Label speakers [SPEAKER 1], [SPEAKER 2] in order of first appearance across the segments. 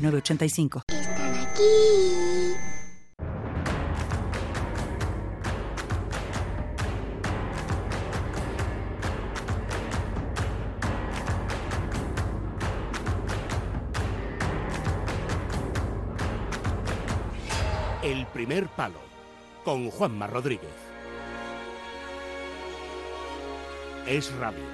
[SPEAKER 1] 985.
[SPEAKER 2] Están aquí.
[SPEAKER 3] El primer palo con Juanma Rodríguez. Es radio.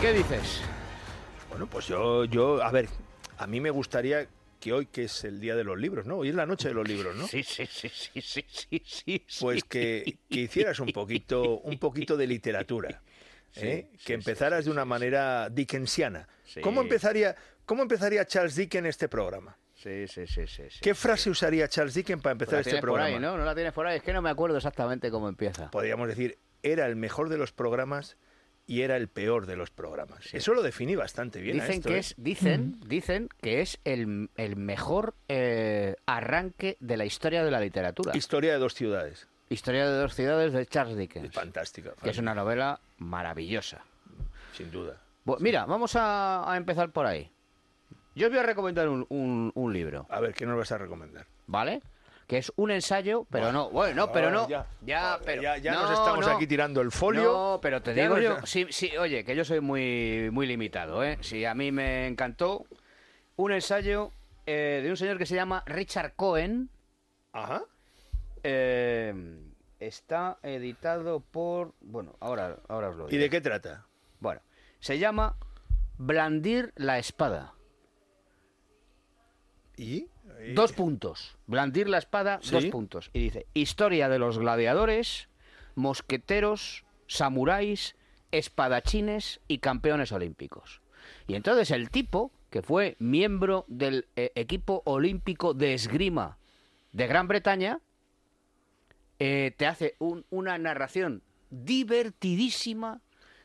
[SPEAKER 4] ¿Qué dices?
[SPEAKER 5] Bueno, pues yo, yo, a ver, a mí me gustaría que hoy, que es el día de los libros, ¿no? Hoy es la noche de los libros, ¿no?
[SPEAKER 4] Sí, sí, sí, sí, sí, sí, sí. sí.
[SPEAKER 5] Pues que, que hicieras un poquito, un poquito de literatura, ¿eh?
[SPEAKER 4] Sí, sí,
[SPEAKER 5] que empezaras de una manera dickensiana.
[SPEAKER 4] Sí.
[SPEAKER 5] ¿Cómo empezaría, cómo empezaría Charles Dickens este programa?
[SPEAKER 4] Sí, sí, sí, sí. sí.
[SPEAKER 5] ¿Qué frase usaría Charles Dickens para
[SPEAKER 4] Pues la
[SPEAKER 5] empezar este
[SPEAKER 4] tienes por
[SPEAKER 5] programa? Pues
[SPEAKER 4] ahí, ¿no? No la tienes por ahí. Es que no me acuerdo exactamente cómo empieza.
[SPEAKER 5] Podríamos decir, era el mejor de los programas y era el peor de los programas. Eso lo definí bastante bien. a
[SPEAKER 4] Dicen
[SPEAKER 5] esto,
[SPEAKER 4] que
[SPEAKER 5] ¿eh?
[SPEAKER 4] es, dicen, dicen que es el, el mejor eh, arranque de la historia de la literatura.
[SPEAKER 5] Historia de dos ciudades.
[SPEAKER 4] Historia de dos ciudades de Charles Dickens.
[SPEAKER 5] Fantástica,
[SPEAKER 4] Que es una novela maravillosa.
[SPEAKER 5] sin duda.
[SPEAKER 4] Bu- mira, vamos a, a empezar por ahí. Yo os voy a recomendar un, un- un libro,
[SPEAKER 5] A ver, ¿qué nos vas a recomendar?
[SPEAKER 4] ¿vale? Que es un ensayo, pero no, bueno, no, pero no, ya, pero
[SPEAKER 5] Ah, ya, ya
[SPEAKER 4] no,
[SPEAKER 5] nos estamos
[SPEAKER 4] no.
[SPEAKER 5] aquí tirando el folio.
[SPEAKER 4] No, pero te
[SPEAKER 5] Ya
[SPEAKER 4] digo
[SPEAKER 5] nos-
[SPEAKER 4] yo, sí, sí, oye, que yo soy muy, muy limitado, ¿eh? Sí, a mí me encantó un ensayo eh, de un señor que se llama Richard Cohen.
[SPEAKER 5] Ajá.
[SPEAKER 4] eh, está editado por, bueno, ahora, ahora os lo
[SPEAKER 5] ¿Y
[SPEAKER 4] digo.
[SPEAKER 5] de qué trata?
[SPEAKER 4] Bueno, se llama Blandir la espada.
[SPEAKER 5] ¿Y? Eh,
[SPEAKER 4] Dos puntos. Blandir la espada,
[SPEAKER 5] Sí.
[SPEAKER 4] dos puntos. Y dice, historia de los gladiadores, mosqueteros, samuráis, espadachines y campeones olímpicos. Y entonces el tipo, que fue miembro del eh, equipo olímpico de esgrima de Gran Bretaña, eh, te hace un- una narración divertidísima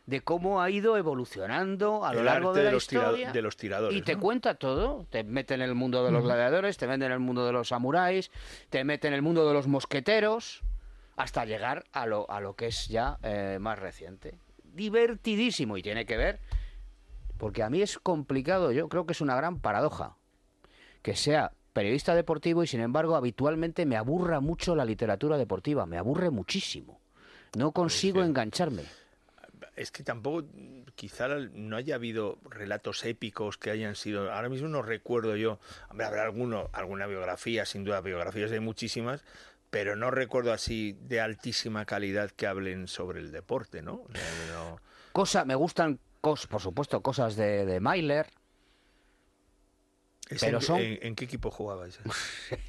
[SPEAKER 4] de cómo ha ido evolucionando a lo
[SPEAKER 5] El
[SPEAKER 4] largo
[SPEAKER 5] arte
[SPEAKER 4] de
[SPEAKER 5] de
[SPEAKER 4] la
[SPEAKER 5] los tira-
[SPEAKER 4] historia
[SPEAKER 5] de los tiradores,
[SPEAKER 4] y te
[SPEAKER 5] ¿no?
[SPEAKER 4] cuenta todo te mete en el mundo de los gladiadores te mete en el mundo de los samuráis te mete en el mundo de los mosqueteros hasta llegar a lo a lo que es ya eh, más reciente divertidísimo y tiene que ver porque a mí es complicado yo creo que es una gran paradoja que sea periodista deportivo y sin embargo habitualmente me aburra mucho la literatura deportiva, me aburre muchísimo. No
[SPEAKER 5] Pues
[SPEAKER 4] consigo engancharme.
[SPEAKER 5] Es que tampoco, mm, quizá no haya habido relatos épicos que hayan sido. Ahora mismo no recuerdo yo. Hombre, habrá alguno, alguna biografía, sin duda, biografías hay muchísimas, pero no recuerdo así de altísima calidad que hablen sobre el deporte, ¿no? O sea, que no-
[SPEAKER 4] Cosa, me gustan, cos, por supuesto, cosas de, de Myler.
[SPEAKER 5] ¿Es
[SPEAKER 4] Pero
[SPEAKER 5] en,
[SPEAKER 4] son-
[SPEAKER 5] en- en qué equipo jugabais?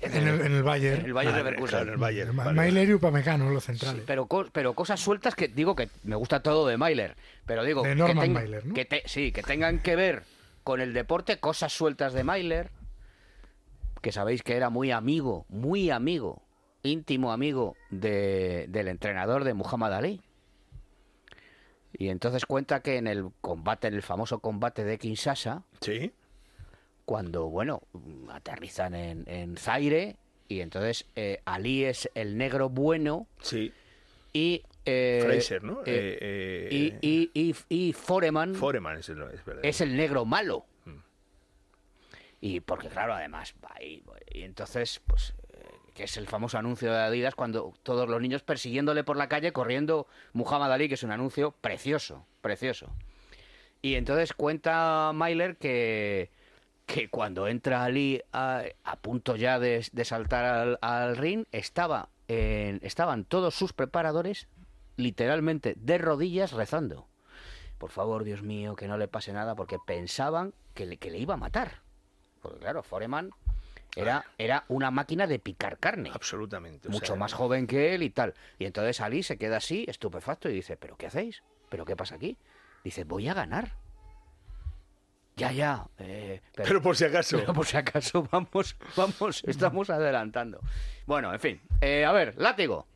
[SPEAKER 6] En el, en el Bayern.
[SPEAKER 4] El Bayern
[SPEAKER 5] Ah,
[SPEAKER 4] Leverkusen.
[SPEAKER 5] claro, el Bayern,
[SPEAKER 6] Ma-
[SPEAKER 5] vale.
[SPEAKER 6] Mailer y Upamecano, los
[SPEAKER 4] Sí,
[SPEAKER 6] centrales.
[SPEAKER 4] pero, co- pero cosas sueltas que digo que me gusta todo de Myler. Pero digo.
[SPEAKER 6] De
[SPEAKER 4] que
[SPEAKER 6] Norman
[SPEAKER 4] tenga-
[SPEAKER 6] Mailer, ¿no?
[SPEAKER 4] que te- sí, que tengan que ver con el deporte, cosas sueltas de Myler. Que sabéis que era muy amigo, muy amigo, íntimo amigo de- del entrenador de Muhammad Ali. Y entonces cuenta que en el combate, en el famoso combate de Kinshasa,
[SPEAKER 5] Sí.
[SPEAKER 4] cuando, bueno, aterrizan en, en Zaire y entonces eh, Ali es el negro bueno
[SPEAKER 5] Sí.
[SPEAKER 4] y... eh,
[SPEAKER 5] Fraser, ¿no?
[SPEAKER 4] eh,
[SPEAKER 5] Eh, eh,
[SPEAKER 4] y, y, y, y Foreman
[SPEAKER 5] Foreman es, el- es verdad.
[SPEAKER 4] es el negro malo.
[SPEAKER 5] Mm.
[SPEAKER 4] Y porque, claro, además, va ahí, y entonces, pues, eh, que es el famoso anuncio de Adidas cuando todos los niños persiguiéndole por la calle, corriendo Muhammad Ali, que es un anuncio precioso, precioso. Y entonces cuenta Myler que, que cuando entra Ali a, a punto ya de, de saltar al, al ring, estaba en- estaban todos sus preparadores literalmente de rodillas rezando. Por favor, Dios mío, que no le pase nada, porque pensaban que le, que le iba a matar. Porque claro, Foreman era, era una máquina de picar carne
[SPEAKER 5] Absolutamente. Ah. o
[SPEAKER 4] mucho
[SPEAKER 5] sea,
[SPEAKER 4] más joven que él y tal. Y entonces Ali se queda así, estupefacto, y dice, ¿pero qué hacéis? ¿Pero qué pasa aquí? Dice, voy a ganar. Ya, ya. eh,
[SPEAKER 5] Pero por si acaso.
[SPEAKER 4] pero por si acaso, vamos, vamos, estamos adelantando. Bueno, en fin. eh, a ver, látigo.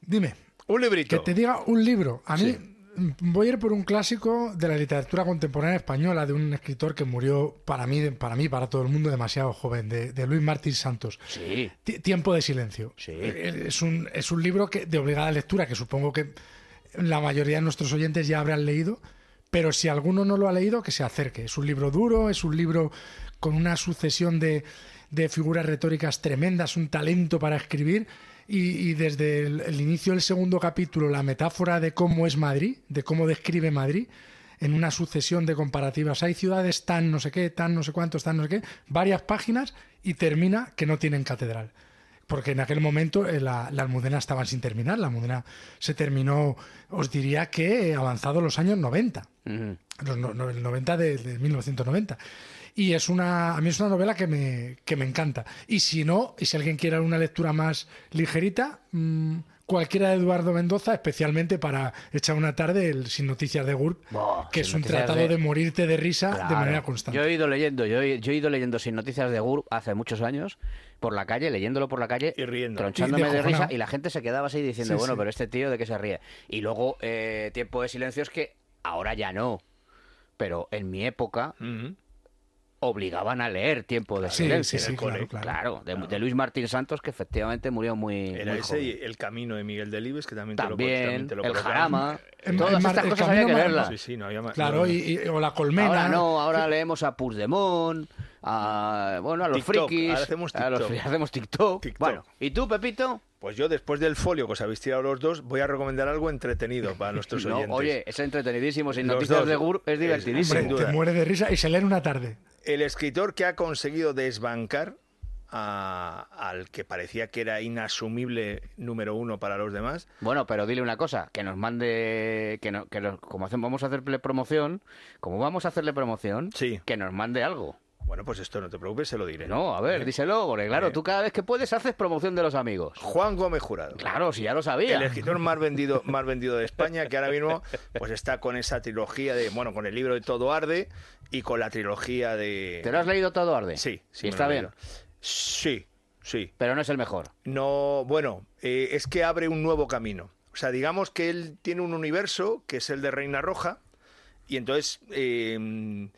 [SPEAKER 6] Dime,
[SPEAKER 5] Un
[SPEAKER 6] que
[SPEAKER 5] librito.
[SPEAKER 6] te diga un libro. A mí mm, voy a ir por un clásico de la literatura contemporánea española de un escritor que murió para mí, para mí, para todo el mundo, demasiado joven, de, de Luis Martín Santos.
[SPEAKER 4] Sí.
[SPEAKER 6] Ti- Tiempo de silencio.
[SPEAKER 4] Sí.
[SPEAKER 6] Eh, Es un, es un libro que, de obligada lectura que supongo que la mayoría de nuestros oyentes ya habrán leído, pero si alguno no lo ha leído, que se acerque. Es un libro duro, es un libro con una sucesión de, de figuras retóricas tremendas, un talento para escribir. Y, y desde el, el inicio del segundo capítulo, la metáfora de cómo es Madrid, de cómo describe Madrid, en una sucesión de comparativas. Hay ciudades tan no sé qué, tan no sé cuántos, tan no sé qué, varias páginas y termina que no tienen catedral. Porque en aquel momento eh, la, la Almudena estaba sin terminar, la Almudena se terminó, os diría que eh, avanzado los años 90,
[SPEAKER 4] Ujú.
[SPEAKER 6] los no- no- el 90 de, de 1990. Y es una, a mí es una novela que me, que me encanta. Y si no, y si alguien quiere una lectura más ligerita, mm, cualquiera de Eduardo Mendoza, especialmente para echar una tarde el Sin Noticias de GURP,
[SPEAKER 4] Buah,
[SPEAKER 6] que es
[SPEAKER 4] Sin
[SPEAKER 6] un
[SPEAKER 4] Noticias
[SPEAKER 6] tratado de...
[SPEAKER 4] de-
[SPEAKER 6] morirte de risa de
[SPEAKER 4] Claro.
[SPEAKER 6] manera constante.
[SPEAKER 4] Yo he ido leyendo, yo he, yo he ido leyendo sin noticias de GUR hace muchos años, por la calle, leyéndolo por la calle,
[SPEAKER 5] Y riendo.
[SPEAKER 4] tronchándome
[SPEAKER 6] Y
[SPEAKER 4] de
[SPEAKER 6] descojonado.
[SPEAKER 4] risa, y la gente se quedaba así diciendo,
[SPEAKER 6] Sí,
[SPEAKER 4] bueno,
[SPEAKER 6] sí.
[SPEAKER 4] pero este tío de qué se ríe. Y luego, eh, tiempo de silencio es que ahora ya no. Pero en mi época
[SPEAKER 5] Ujú.
[SPEAKER 4] obligaban a leer tiempo de
[SPEAKER 6] Sí,
[SPEAKER 4] silencio.
[SPEAKER 6] sí, sí,
[SPEAKER 5] el
[SPEAKER 6] claro,
[SPEAKER 5] cole.
[SPEAKER 6] claro.
[SPEAKER 4] Claro, de, de Luis Martín Santos, que efectivamente murió muy,
[SPEAKER 5] Era
[SPEAKER 4] muy
[SPEAKER 5] ese y
[SPEAKER 4] joven.
[SPEAKER 5] el camino de Miguel Delibes, que también, te lo
[SPEAKER 4] También,
[SPEAKER 5] también te lo
[SPEAKER 4] el
[SPEAKER 5] colocaban.
[SPEAKER 4] Jarama.
[SPEAKER 6] En- en
[SPEAKER 4] Todas
[SPEAKER 6] Mar-
[SPEAKER 4] estas
[SPEAKER 6] el
[SPEAKER 4] cosas
[SPEAKER 6] Camino
[SPEAKER 4] había que
[SPEAKER 6] Mar-
[SPEAKER 4] leerlas.
[SPEAKER 5] Sí, sí, no había más.
[SPEAKER 6] Claro, y, y- o la colmena.
[SPEAKER 4] Ahora no, ahora leemos a Puigdemont, a, bueno, a los
[SPEAKER 5] TikTok,
[SPEAKER 4] frikis.
[SPEAKER 5] ahora hacemos
[SPEAKER 4] a los
[SPEAKER 5] TikTok.
[SPEAKER 4] fri- hacemos TikTok.
[SPEAKER 5] TikTok.
[SPEAKER 4] Bueno, ¿y tú, Pepito?
[SPEAKER 5] Pues yo, después del folio que os habéis tirado los dos, voy a recomendar algo entretenido para nuestros
[SPEAKER 4] No,
[SPEAKER 5] oyentes.
[SPEAKER 4] oye, es entretenidísimo. Sin
[SPEAKER 5] Los
[SPEAKER 4] noticias
[SPEAKER 5] dos.
[SPEAKER 4] de GUR es
[SPEAKER 5] Es-
[SPEAKER 6] Hombre,
[SPEAKER 5] sin
[SPEAKER 4] divertidísimo.
[SPEAKER 5] duda.
[SPEAKER 6] te mueres de risa y se lee en una tarde.
[SPEAKER 5] El escritor que ha conseguido desbancar a- al que parecía que era inasumible número uno para los demás.
[SPEAKER 4] Bueno, pero dile una cosa, que nos mande, que, no, que nos- como hacemos, vamos a hacerle promoción, como vamos a hacerle promoción,
[SPEAKER 5] Sí.
[SPEAKER 4] que nos mande algo.
[SPEAKER 5] Bueno, pues esto no te preocupes, se lo diré.
[SPEAKER 4] No, a ver,
[SPEAKER 5] ¿Eh?
[SPEAKER 4] díselo, porque claro,
[SPEAKER 5] Eh.
[SPEAKER 4] tú cada vez que puedes haces promoción de los amigos.
[SPEAKER 5] Juan Gómez Jurado.
[SPEAKER 4] Claro, si ya lo
[SPEAKER 5] El
[SPEAKER 4] sabía.
[SPEAKER 5] escritor más vendido, más vendido de España, que ahora mismo pues está con esa trilogía de, bueno, con el libro de Todo Arde y con la trilogía de.
[SPEAKER 4] ¿Te lo has leído todo arde?
[SPEAKER 5] Sí, sí.
[SPEAKER 4] Y
[SPEAKER 5] me lo
[SPEAKER 4] está
[SPEAKER 5] he
[SPEAKER 4] bien,
[SPEAKER 5] leído. Sí, sí.
[SPEAKER 4] pero no es el mejor.
[SPEAKER 5] No, bueno, eh, es que abre un nuevo camino. O sea, digamos que él tiene un universo que es el de Reina Roja y entonces eh,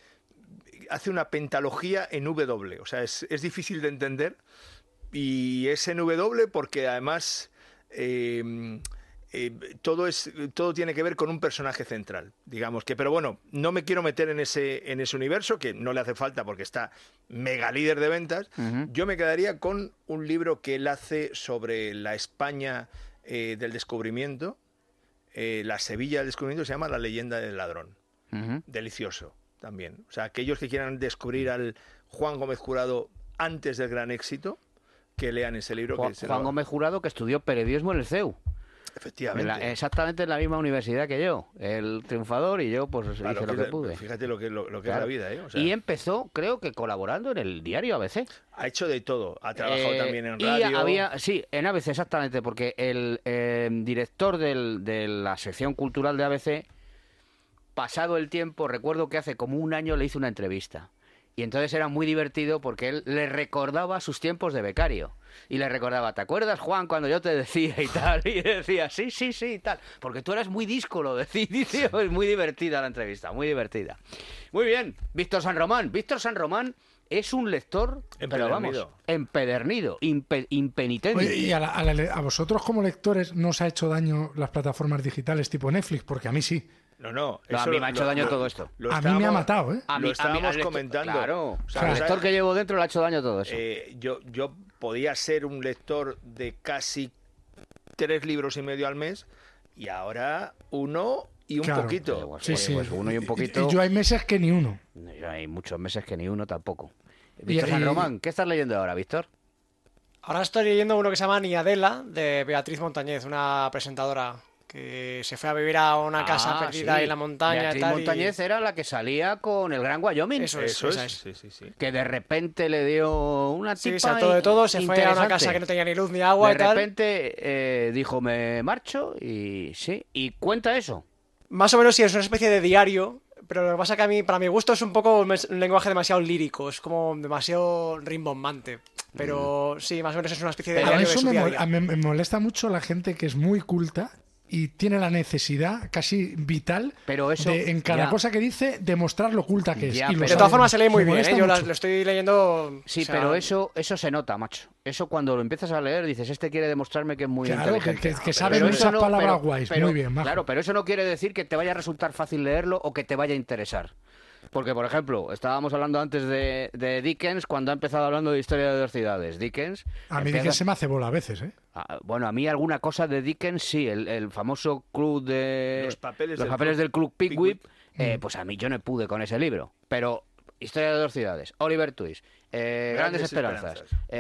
[SPEAKER 5] hace una pentalogía en W. O sea, es, es difícil de entender y es en W porque además eh, eh, todo es todo tiene que ver con un personaje central, digamos que. Pero bueno, no me quiero meter en ese en ese universo que no le hace falta porque está mega líder de ventas.
[SPEAKER 4] Ujú.
[SPEAKER 5] Yo me quedaría con un libro que él hace sobre la España eh, del descubrimiento, eh, la Sevilla del descubrimiento se llama La leyenda del ladrón
[SPEAKER 4] Ujú.
[SPEAKER 5] delicioso también. O sea, aquellos que quieran descubrir al Juan Gómez Jurado antes del gran éxito, que lean ese libro.
[SPEAKER 4] Juan,
[SPEAKER 5] que se
[SPEAKER 4] Juan
[SPEAKER 5] lo-
[SPEAKER 4] Gómez Jurado que estudió periodismo en el CEU.
[SPEAKER 5] Efectivamente.
[SPEAKER 4] en la- exactamente en la misma universidad que yo. El triunfador y yo pues
[SPEAKER 5] Claro,
[SPEAKER 4] hice lo
[SPEAKER 5] que
[SPEAKER 4] que
[SPEAKER 5] es-
[SPEAKER 4] pude.
[SPEAKER 5] Fíjate lo que, lo, lo que
[SPEAKER 4] Claro.
[SPEAKER 5] es la vida, ¿eh? O sea,
[SPEAKER 4] y em- empezó, creo que colaborando en el diario ABC.
[SPEAKER 5] ha hecho de todo. Ha trabajado
[SPEAKER 4] Eh,
[SPEAKER 5] también en
[SPEAKER 4] y
[SPEAKER 5] radio.
[SPEAKER 4] había- sí, en ABC, exactamente, porque el eh, director del- de la sección cultural de ABC, pasado el tiempo, recuerdo que hace como un año le hizo una entrevista. Y entonces era muy divertido porque él le recordaba sus tiempos de becario. Y le recordaba, ¿te acuerdas, Juan, cuando yo te decía y tal? Y decía, sí, sí, sí, y tal. Porque tú eras muy disco, lo decía. Y, tío, Es muy divertida la entrevista, muy divertida. Muy bien, Víctor San Román. Víctor San Román es un lector, pero vamos, empedernido,
[SPEAKER 5] Empedernido.
[SPEAKER 4] impe- impenitente.
[SPEAKER 6] Oye, y a, la- a la- a vosotros como lectores no os ha hecho daño las plataformas digitales tipo Netflix, porque a mí sí.
[SPEAKER 5] No, no.
[SPEAKER 4] No, a
[SPEAKER 5] eso
[SPEAKER 4] mí
[SPEAKER 5] lo-
[SPEAKER 4] me ha hecho
[SPEAKER 5] lo-
[SPEAKER 4] daño
[SPEAKER 5] lo-
[SPEAKER 4] todo esto.
[SPEAKER 5] lo
[SPEAKER 6] A mí me ha
[SPEAKER 5] estábamos-
[SPEAKER 6] matado,
[SPEAKER 4] A
[SPEAKER 6] ¿eh?
[SPEAKER 4] mí-
[SPEAKER 5] lo
[SPEAKER 4] a mí-
[SPEAKER 5] estábamos
[SPEAKER 4] al lector-
[SPEAKER 5] comentando.
[SPEAKER 4] Claro,
[SPEAKER 5] O sea,
[SPEAKER 4] al
[SPEAKER 5] o sea,
[SPEAKER 4] lector que llevo dentro le ha hecho daño todo eso.
[SPEAKER 5] Eh, yo, yo podía ser un lector de casi tres libros y medio al mes y ahora uno y un
[SPEAKER 6] Claro.
[SPEAKER 5] poquito.
[SPEAKER 4] Pues,
[SPEAKER 6] Sí,
[SPEAKER 4] oye,
[SPEAKER 6] sí.
[SPEAKER 4] pues uno y un poquito.
[SPEAKER 6] Y, yo hay meses que ni uno.
[SPEAKER 4] No, Hay muchos meses que ni uno tampoco.
[SPEAKER 6] Y-
[SPEAKER 4] Víctor San
[SPEAKER 6] y-
[SPEAKER 4] Román, ¿qué estás leyendo ahora, Víctor?
[SPEAKER 7] Ahora estoy leyendo uno que se llama Niadela, de Beatriz Montañez, una presentadora que se fue a vivir a una casa
[SPEAKER 4] Ah,
[SPEAKER 7] perdida
[SPEAKER 4] sí.
[SPEAKER 7] en la montaña
[SPEAKER 4] Beatriz
[SPEAKER 7] y tal. y-
[SPEAKER 4] Montañez eh, era la que salía con el Gran Wyoming.
[SPEAKER 7] Eso es.
[SPEAKER 5] Eso es.
[SPEAKER 7] esa es.
[SPEAKER 5] Sí, sí, sí.
[SPEAKER 4] Que de repente le dio una
[SPEAKER 7] Sí,
[SPEAKER 4] tipa
[SPEAKER 7] saltó de todo, se fue a una
[SPEAKER 4] interesante.
[SPEAKER 7] casa que no tenía ni luz ni agua
[SPEAKER 4] de
[SPEAKER 7] y tal.
[SPEAKER 4] repente eh, dijo, me marcho y sí. Y cuenta eso.
[SPEAKER 7] Más o menos sí, es una especie de diario, pero lo que pasa que a mí, para mi gusto, es un poco un mes- un lenguaje demasiado lírico, es como demasiado rimbombante. Pero sí, más o menos es una especie de
[SPEAKER 6] A mí
[SPEAKER 7] diario de
[SPEAKER 6] eso
[SPEAKER 7] su
[SPEAKER 6] me,
[SPEAKER 7] día a
[SPEAKER 6] mol-
[SPEAKER 7] día.
[SPEAKER 6] a- me- me molesta mucho la gente que es muy culta y tiene la necesidad casi vital
[SPEAKER 4] Pero eso,
[SPEAKER 6] de, en cada
[SPEAKER 4] ya.
[SPEAKER 6] cosa que dice demostrar lo culta que es.
[SPEAKER 4] Ya,
[SPEAKER 6] y lo
[SPEAKER 4] pero-
[SPEAKER 7] De
[SPEAKER 6] sabe.
[SPEAKER 7] todas formas se lee muy
[SPEAKER 6] Me
[SPEAKER 7] bien, ¿eh?
[SPEAKER 6] molesta
[SPEAKER 7] yo la-
[SPEAKER 6] mucho.
[SPEAKER 7] lo estoy leyendo.
[SPEAKER 4] Sí,
[SPEAKER 7] o sea,
[SPEAKER 4] pero eso, eso se nota, macho. Eso cuando lo empiezas a leer dices, este quiere demostrarme que es muy
[SPEAKER 6] Claro, que-
[SPEAKER 4] inteligente.
[SPEAKER 6] que- que sabe
[SPEAKER 4] Pero
[SPEAKER 6] muchas
[SPEAKER 4] eso
[SPEAKER 6] palabras guays. Muy bien, majo.
[SPEAKER 4] Claro, pero eso no quiere decir que te vaya a resultar fácil leerlo o que te vaya a interesar. Porque, por ejemplo, estábamos hablando antes de, de Dickens cuando ha empezado hablando de historia de dos ciudades. Dickens.
[SPEAKER 6] A mí
[SPEAKER 4] empieza-
[SPEAKER 6] dije, se me hace bola a veces, ¿eh?
[SPEAKER 4] Ah, Bueno, a mí alguna cosa de Dickens sí, el, el famoso club de.
[SPEAKER 5] Los papeles del club Mm.
[SPEAKER 4] del club Pickwick.
[SPEAKER 5] Pickwick.
[SPEAKER 4] eh, pues a mí yo no pude con ese libro. Pero Historia de dos ciudades, Oliver Twist, eh, Grandes,
[SPEAKER 5] Grandes
[SPEAKER 4] Esperanzas.
[SPEAKER 5] Esperanzas. Mm.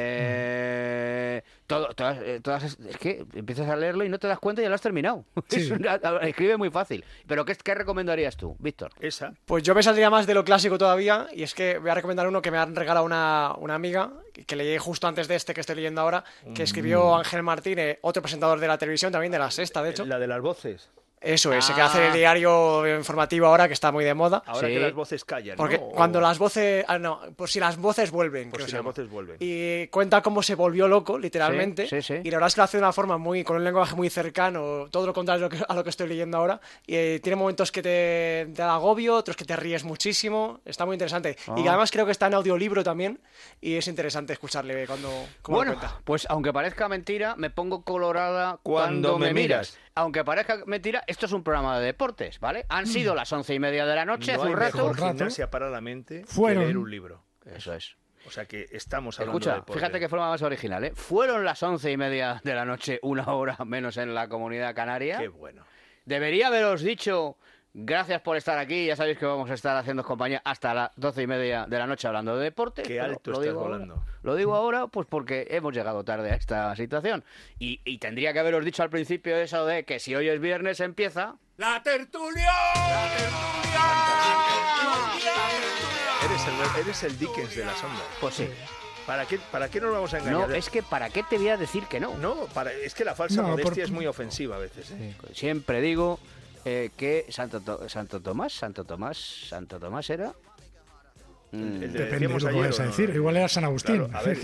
[SPEAKER 4] eh, todo- todas, eh, todas es, es que empiezas a leerlo y no te das cuenta y ya lo has terminado.
[SPEAKER 6] Sí.
[SPEAKER 4] Es una- escribe muy fácil. Pero ¿qué, qué recomendarías tú, Víctor?
[SPEAKER 5] Esa.
[SPEAKER 7] Pues yo me saldría más de lo clásico todavía, y es que voy a recomendar uno que me han regalado una, una amiga, que leí justo antes de este que estoy leyendo ahora,
[SPEAKER 5] Mm.
[SPEAKER 7] que escribió Ángel Martínez, otro presentador de la televisión, también de la sexta, de hecho.
[SPEAKER 5] La de las voces.
[SPEAKER 7] Eso es, que
[SPEAKER 4] Ah.
[SPEAKER 7] hace el diario informativo ahora, que está muy de moda.
[SPEAKER 5] Ahora
[SPEAKER 4] Sí.
[SPEAKER 5] que las voces callan.
[SPEAKER 7] Porque
[SPEAKER 5] Ah, ¿no? O-
[SPEAKER 7] cuando las voces. Ah, no, por si las voces vuelven.
[SPEAKER 5] Por si
[SPEAKER 7] creo que se
[SPEAKER 5] las
[SPEAKER 7] llama.
[SPEAKER 5] voces vuelven.
[SPEAKER 7] Y cuenta cómo se volvió loco, literalmente.
[SPEAKER 4] Sí, sí, sí.
[SPEAKER 7] Y la verdad es que lo hace de una forma muy. con un lenguaje muy cercano, todo lo contrario a lo que, a lo que estoy leyendo ahora. Y eh, tiene momentos que te, te da agobio, otros que te ríes muchísimo. Está muy interesante. Y
[SPEAKER 4] Ah.
[SPEAKER 7] además creo que está en audiolibro también. Y es interesante escucharle cuando. cómo lo
[SPEAKER 4] Bueno,
[SPEAKER 7] cuenta.
[SPEAKER 4] pues aunque parezca mentira, me pongo colorada cuando,
[SPEAKER 5] Cuando
[SPEAKER 4] me
[SPEAKER 5] me
[SPEAKER 4] miras.
[SPEAKER 5] miras.
[SPEAKER 4] Aunque parezca mentira, esto es un programa de deportes, ¿vale? Han sido las once y media de la noche
[SPEAKER 5] Mm. no
[SPEAKER 4] hace
[SPEAKER 5] hay
[SPEAKER 4] un rato.
[SPEAKER 5] mejor
[SPEAKER 6] rato.
[SPEAKER 5] gimnasia para la mente
[SPEAKER 6] Fueron.
[SPEAKER 5] que leer un libro.
[SPEAKER 4] Eso es.
[SPEAKER 5] O sea que estamos hablando de
[SPEAKER 4] Escucha,
[SPEAKER 5] deporte.
[SPEAKER 4] fíjate qué forma más original, ¿eh? Fueron las once y media de la noche, una hora menos en la comunidad canaria.
[SPEAKER 5] Qué bueno.
[SPEAKER 4] Debería haberos dicho gracias por estar aquí. Ya sabéis que vamos a estar haciendo compañía hasta las doce y media de la noche hablando de deporte.
[SPEAKER 5] Qué
[SPEAKER 4] pero
[SPEAKER 5] alto estás
[SPEAKER 4] digo ahora.
[SPEAKER 5] volando.
[SPEAKER 4] Lo digo ahora, pues porque hemos llegado tarde a esta situación. Y, y tendría que haberos dicho al principio eso de que si hoy es viernes empieza.
[SPEAKER 3] ¡La tertulia! ¡La tertulia!
[SPEAKER 5] Eres el, eres el Dickens de las ondas.
[SPEAKER 4] Pues sí.
[SPEAKER 5] ¿Para qué, ¿Para qué nos vamos a
[SPEAKER 4] No,
[SPEAKER 5] engañar?
[SPEAKER 4] es que ¿para qué te voy a decir que no?
[SPEAKER 5] No, para, es que la falsa
[SPEAKER 6] No,
[SPEAKER 5] modestia
[SPEAKER 6] por-
[SPEAKER 5] es muy ofensiva a veces. ¿eh?
[SPEAKER 4] Siempre digo eh, que Santo, To- Santo Tomás, Santo Tomás, Santo Tomás era. Mm,
[SPEAKER 5] El de-
[SPEAKER 6] Depende,
[SPEAKER 5] decíamos
[SPEAKER 6] tú
[SPEAKER 5] ayer,
[SPEAKER 6] puedes
[SPEAKER 5] ¿o no?
[SPEAKER 6] decir. Igual era San Agustín.
[SPEAKER 5] Claro, a ver,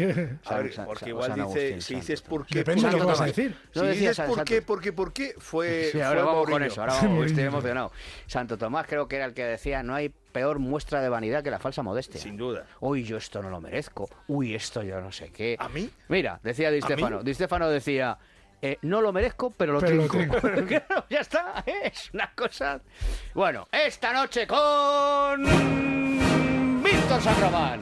[SPEAKER 5] a ver,
[SPEAKER 4] San- San-
[SPEAKER 5] porque igual
[SPEAKER 4] San
[SPEAKER 5] dice,
[SPEAKER 4] Agustín,
[SPEAKER 5] si
[SPEAKER 4] Santo
[SPEAKER 5] dices
[SPEAKER 4] Tomás.
[SPEAKER 5] por qué,
[SPEAKER 6] Depende
[SPEAKER 5] por
[SPEAKER 6] de lo
[SPEAKER 5] qué,
[SPEAKER 6] que vas a
[SPEAKER 5] Tomás.
[SPEAKER 6] decir.
[SPEAKER 4] No
[SPEAKER 5] si
[SPEAKER 4] decía
[SPEAKER 5] dices
[SPEAKER 4] San-
[SPEAKER 5] por qué,
[SPEAKER 4] Santo.
[SPEAKER 5] por qué, por qué, fue,
[SPEAKER 4] Sí,
[SPEAKER 5] fue
[SPEAKER 4] ahora vamos con
[SPEAKER 5] Mourinho.
[SPEAKER 4] eso, ahora
[SPEAKER 6] Sí,
[SPEAKER 4] vamos,
[SPEAKER 6] Mourinho.
[SPEAKER 4] estoy emocionado. Santo Tomás creo que era el que decía, no hay peor muestra de vanidad que la falsa modestia.
[SPEAKER 5] Sin duda.
[SPEAKER 4] Uy, yo esto no lo merezco. Uy, esto yo no sé qué.
[SPEAKER 5] ¿A mí?
[SPEAKER 4] Mira, decía Di
[SPEAKER 5] mí?
[SPEAKER 4] Stefano. Di Stefano decía, eh, no lo merezco, pero lo
[SPEAKER 6] Pero lo
[SPEAKER 4] tengo. claro, ya está. ¿eh? Es una cosa... Bueno, esta noche con... Víctor San Román.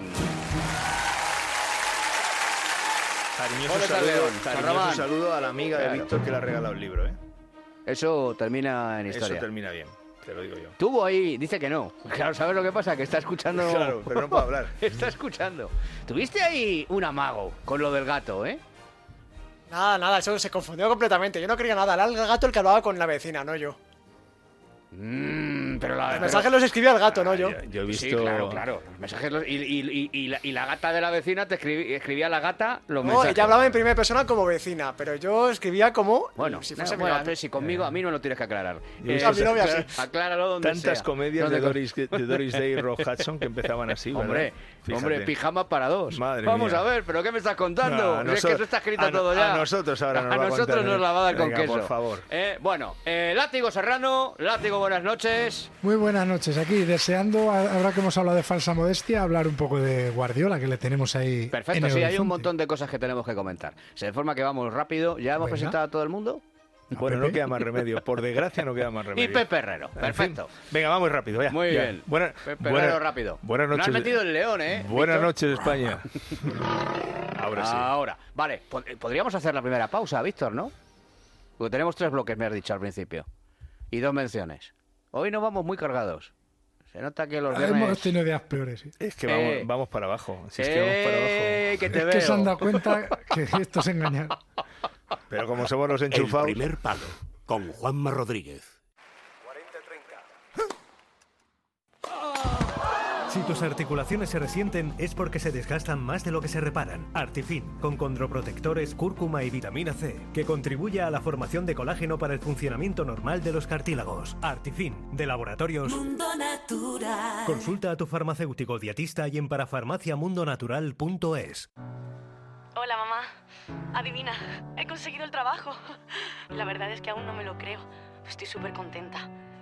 [SPEAKER 5] Cariñoso
[SPEAKER 4] Hola,
[SPEAKER 5] saludo,
[SPEAKER 4] Carleón.
[SPEAKER 5] cariñoso
[SPEAKER 4] Carrabán.
[SPEAKER 5] saludo a la amiga de
[SPEAKER 4] Claro.
[SPEAKER 5] Víctor que le ha regalado el libro. ¿eh?
[SPEAKER 4] Eso termina en
[SPEAKER 5] Eso
[SPEAKER 4] historia.
[SPEAKER 5] termina bien, te lo digo yo.
[SPEAKER 4] Tuvo ahí, dice que no. Claro, ¿sabes lo que pasa? Que está escuchando.
[SPEAKER 5] Claro, pero no puedo hablar.
[SPEAKER 4] está escuchando. Tuviste ahí un amago con lo del gato, ¿eh?
[SPEAKER 7] Nada, nada, eso se confundió completamente. Yo no creía nada. Era el gato el que hablaba con la vecina, no yo.
[SPEAKER 4] Mm, pero la
[SPEAKER 7] Los mensajes los escribía el gato, no yo.
[SPEAKER 5] Ah, yo he visto...
[SPEAKER 4] Sí, claro, claro. Los mensajes los- y, y- y- y la, y la gata de la vecina te escribí- escribía la gata los
[SPEAKER 7] No,
[SPEAKER 4] mensajes.
[SPEAKER 7] ella hablaba en primera persona como vecina, pero yo escribía como
[SPEAKER 4] Bueno,
[SPEAKER 7] si
[SPEAKER 4] si,
[SPEAKER 7] fuese mi
[SPEAKER 4] bueno, a
[SPEAKER 7] gato.
[SPEAKER 4] ver, si
[SPEAKER 5] Eh.
[SPEAKER 4] conmigo a mí no lo tienes que aclarar.
[SPEAKER 5] Yo he visto
[SPEAKER 7] a mi novia
[SPEAKER 5] tantas-
[SPEAKER 4] Acláralo donde
[SPEAKER 5] Tantas
[SPEAKER 4] sea.
[SPEAKER 5] comedias
[SPEAKER 4] Donde
[SPEAKER 5] de
[SPEAKER 4] con-
[SPEAKER 5] Doris, de Doris Day y Rob Hudson que empezaban así, ¿verdad?
[SPEAKER 4] Hombre,
[SPEAKER 5] Fíjate.
[SPEAKER 4] hombre, pijama para dos.
[SPEAKER 5] Madre
[SPEAKER 4] Vamos
[SPEAKER 5] mía.
[SPEAKER 4] a ver, pero ¿qué me estás contando?
[SPEAKER 5] No,
[SPEAKER 4] Si
[SPEAKER 5] a
[SPEAKER 4] es que
[SPEAKER 5] noso-
[SPEAKER 4] eso está escrito
[SPEAKER 5] a no-
[SPEAKER 4] todo ya.
[SPEAKER 5] a nosotros ahora nos
[SPEAKER 4] A
[SPEAKER 5] lo va a
[SPEAKER 4] nosotros
[SPEAKER 5] contar,
[SPEAKER 4] nos la va a dar con
[SPEAKER 5] venga,
[SPEAKER 4] queso.
[SPEAKER 5] por favor.
[SPEAKER 4] Eh, bueno, eh, Látigo Serrano, Látigo, buenas noches.
[SPEAKER 6] Muy buenas noches. Aquí deseando, a- ahora que hemos hablado de falsa modestia, hablar un poco de Guardiola, que le tenemos ahí. en
[SPEAKER 4] Perfecto,
[SPEAKER 6] el
[SPEAKER 4] sí, hay un
[SPEAKER 6] horizonte.
[SPEAKER 4] montón de cosas que tenemos que comentar. Se informa que vamos rápido, ya hemos
[SPEAKER 6] Venga.
[SPEAKER 4] presentado a todo el mundo.
[SPEAKER 5] Bueno,
[SPEAKER 6] Pepe.
[SPEAKER 5] no queda más remedio. Por desgracia, no queda más remedio.
[SPEAKER 4] Y Pepe Herrero,
[SPEAKER 5] En fin.
[SPEAKER 4] perfecto.
[SPEAKER 5] Venga, vamos rápido. Vaya,
[SPEAKER 4] Muy
[SPEAKER 5] ya.
[SPEAKER 4] bien.
[SPEAKER 5] Buena-
[SPEAKER 4] Pepe
[SPEAKER 5] buena-
[SPEAKER 4] Herrero, rápido.
[SPEAKER 5] Buenas
[SPEAKER 4] No has
[SPEAKER 5] noches.
[SPEAKER 4] metido el león, ¿eh?
[SPEAKER 5] Buenas
[SPEAKER 4] Víctor? Ah,
[SPEAKER 5] noches, España. Ahora sí.
[SPEAKER 4] Ahora, vale, pod- podríamos hacer la primera pausa, Víctor, ¿no? Porque tenemos tres bloques, me has dicho al principio. Y dos menciones. Hoy no vamos muy cargados. Se nota que los
[SPEAKER 6] Ah, Hemos
[SPEAKER 4] viernes...
[SPEAKER 6] tenido ideas peores. sí.
[SPEAKER 5] Es que vamos,
[SPEAKER 4] Eh.
[SPEAKER 5] vamos para abajo. Si es que vamos para
[SPEAKER 4] ¡Eh!
[SPEAKER 5] abajo.
[SPEAKER 4] Que te
[SPEAKER 6] es que se han
[SPEAKER 4] veo.
[SPEAKER 6] dado cuenta que esto es engañar.
[SPEAKER 5] Pero como somos los
[SPEAKER 8] El
[SPEAKER 5] enchufados.
[SPEAKER 8] primer palo con Juanma Rodríguez.
[SPEAKER 9] Si tus articulaciones se resienten es porque se desgastan más de lo que se reparan. Artifin, con condroprotectores, cúrcuma y vitamina C, que contribuye a la formación de colágeno para el funcionamiento normal de los cartílagos. Artifin, de laboratorios. Mundo Natural. Consulta a tu farmacéutico dietista y en parafarmaciamundonatural.es.
[SPEAKER 10] Hola mamá. Adivina, he conseguido el trabajo. La verdad es que aún no me lo creo. Estoy súper contenta.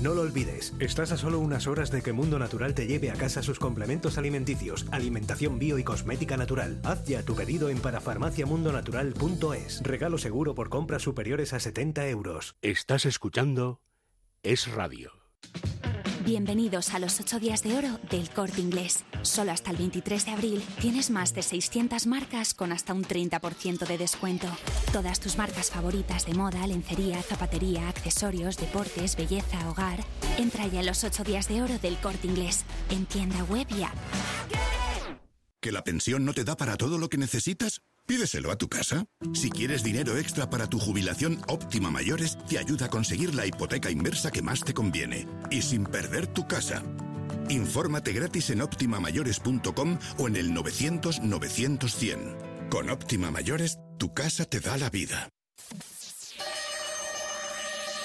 [SPEAKER 9] No lo olvides, estás a solo unas horas de que Mundo Natural te lleve a casa sus complementos alimenticios, alimentación bio y cosmética natural. Haz ya tu pedido en parafarmaciamundonatural.es. Regalo seguro por compras superiores a 70 euros.
[SPEAKER 8] Estás escuchando Es Radio.
[SPEAKER 10] Bienvenidos a los 8 días de oro del corte inglés. Solo hasta el 23 de abril tienes más de 600 marcas con hasta un 30% de descuento. Todas tus marcas favoritas de moda, lencería, zapatería, accesorios, deportes, belleza, hogar. Entra ya en los 8 días de oro del corte inglés. En tienda web y app.
[SPEAKER 8] ¿Que la pensión no te da para todo lo que necesitas? Pídeselo a tu casa. Si quieres dinero extra para tu jubilación, Óptima Mayores te ayuda a conseguir la hipoteca inversa que más te conviene y sin perder tu casa. Infórmate gratis en optimamayores.com o en el 900-900-100. Con Óptima Mayores, tu casa te da la vida.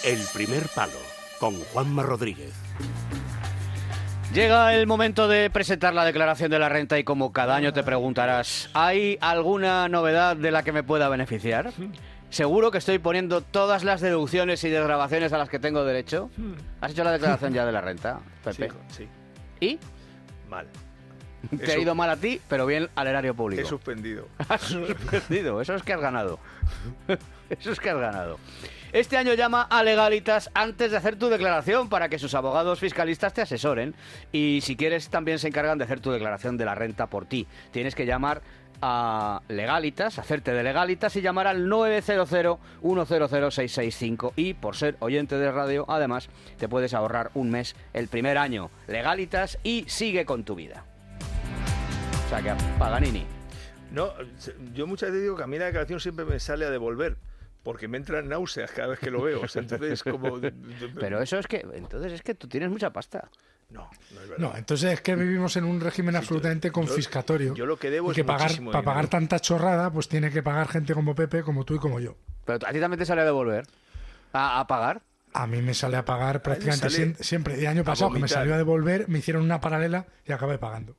[SPEAKER 9] El primer palo, con Juanma Rodríguez.
[SPEAKER 4] Llega el momento de presentar la declaración de la renta y como cada año te preguntarás, ¿hay alguna novedad de la que me pueda beneficiar? Seguro que estoy poniendo todas las deducciones y desgrabaciones a las que tengo derecho. ¿Has hecho la declaración ya de la renta, Pepe?
[SPEAKER 5] Sí,
[SPEAKER 4] ¿Y?
[SPEAKER 5] sí, mal.
[SPEAKER 4] Te ha
[SPEAKER 5] He
[SPEAKER 4] ido
[SPEAKER 5] su-
[SPEAKER 4] mal a ti, pero bien al erario público.
[SPEAKER 5] He suspendido.
[SPEAKER 4] Has suspendido, eso es que has ganado. Eso es que has ganado. Este año llama a legalitas antes de hacer tu declaración para que sus abogados fiscalistas te asesoren. Y si quieres, también se encargan de hacer tu declaración de la renta por ti. Tienes que llamar a legalitas, hacerte de legalitas y llamar al 900-100-665. Y por ser oyente de radio, además, te puedes ahorrar un mes el primer año. Legalitas y sigue con tu vida. O sea que, Paganini.
[SPEAKER 5] No, se- yo muchas veces digo que a mí la declaración siempre me sale a devolver, porque me entran náuseas cada vez que lo veo. O sea, entonces, como.
[SPEAKER 4] Pero eso es que, entonces es que tú tienes mucha pasta.
[SPEAKER 5] No, no es verdad.
[SPEAKER 6] No, entonces es que vivimos en un régimen absolutamente confiscatorio.
[SPEAKER 5] yo lo que debo
[SPEAKER 6] y
[SPEAKER 5] es
[SPEAKER 6] que pagar,
[SPEAKER 5] muchísimo
[SPEAKER 6] para pagar
[SPEAKER 5] dinero.
[SPEAKER 6] tanta chorrada, pues tiene que pagar gente como Pepe, como tú y como yo.
[SPEAKER 4] Pero a ti también te sale a devolver. A, a pagar.
[SPEAKER 6] A mí me sale a pagar prácticamente
[SPEAKER 5] sale
[SPEAKER 6] siem- siempre. El año pasado que me
[SPEAKER 5] vomitar.
[SPEAKER 6] salió a devolver, me hicieron una paralela y acabé pagando.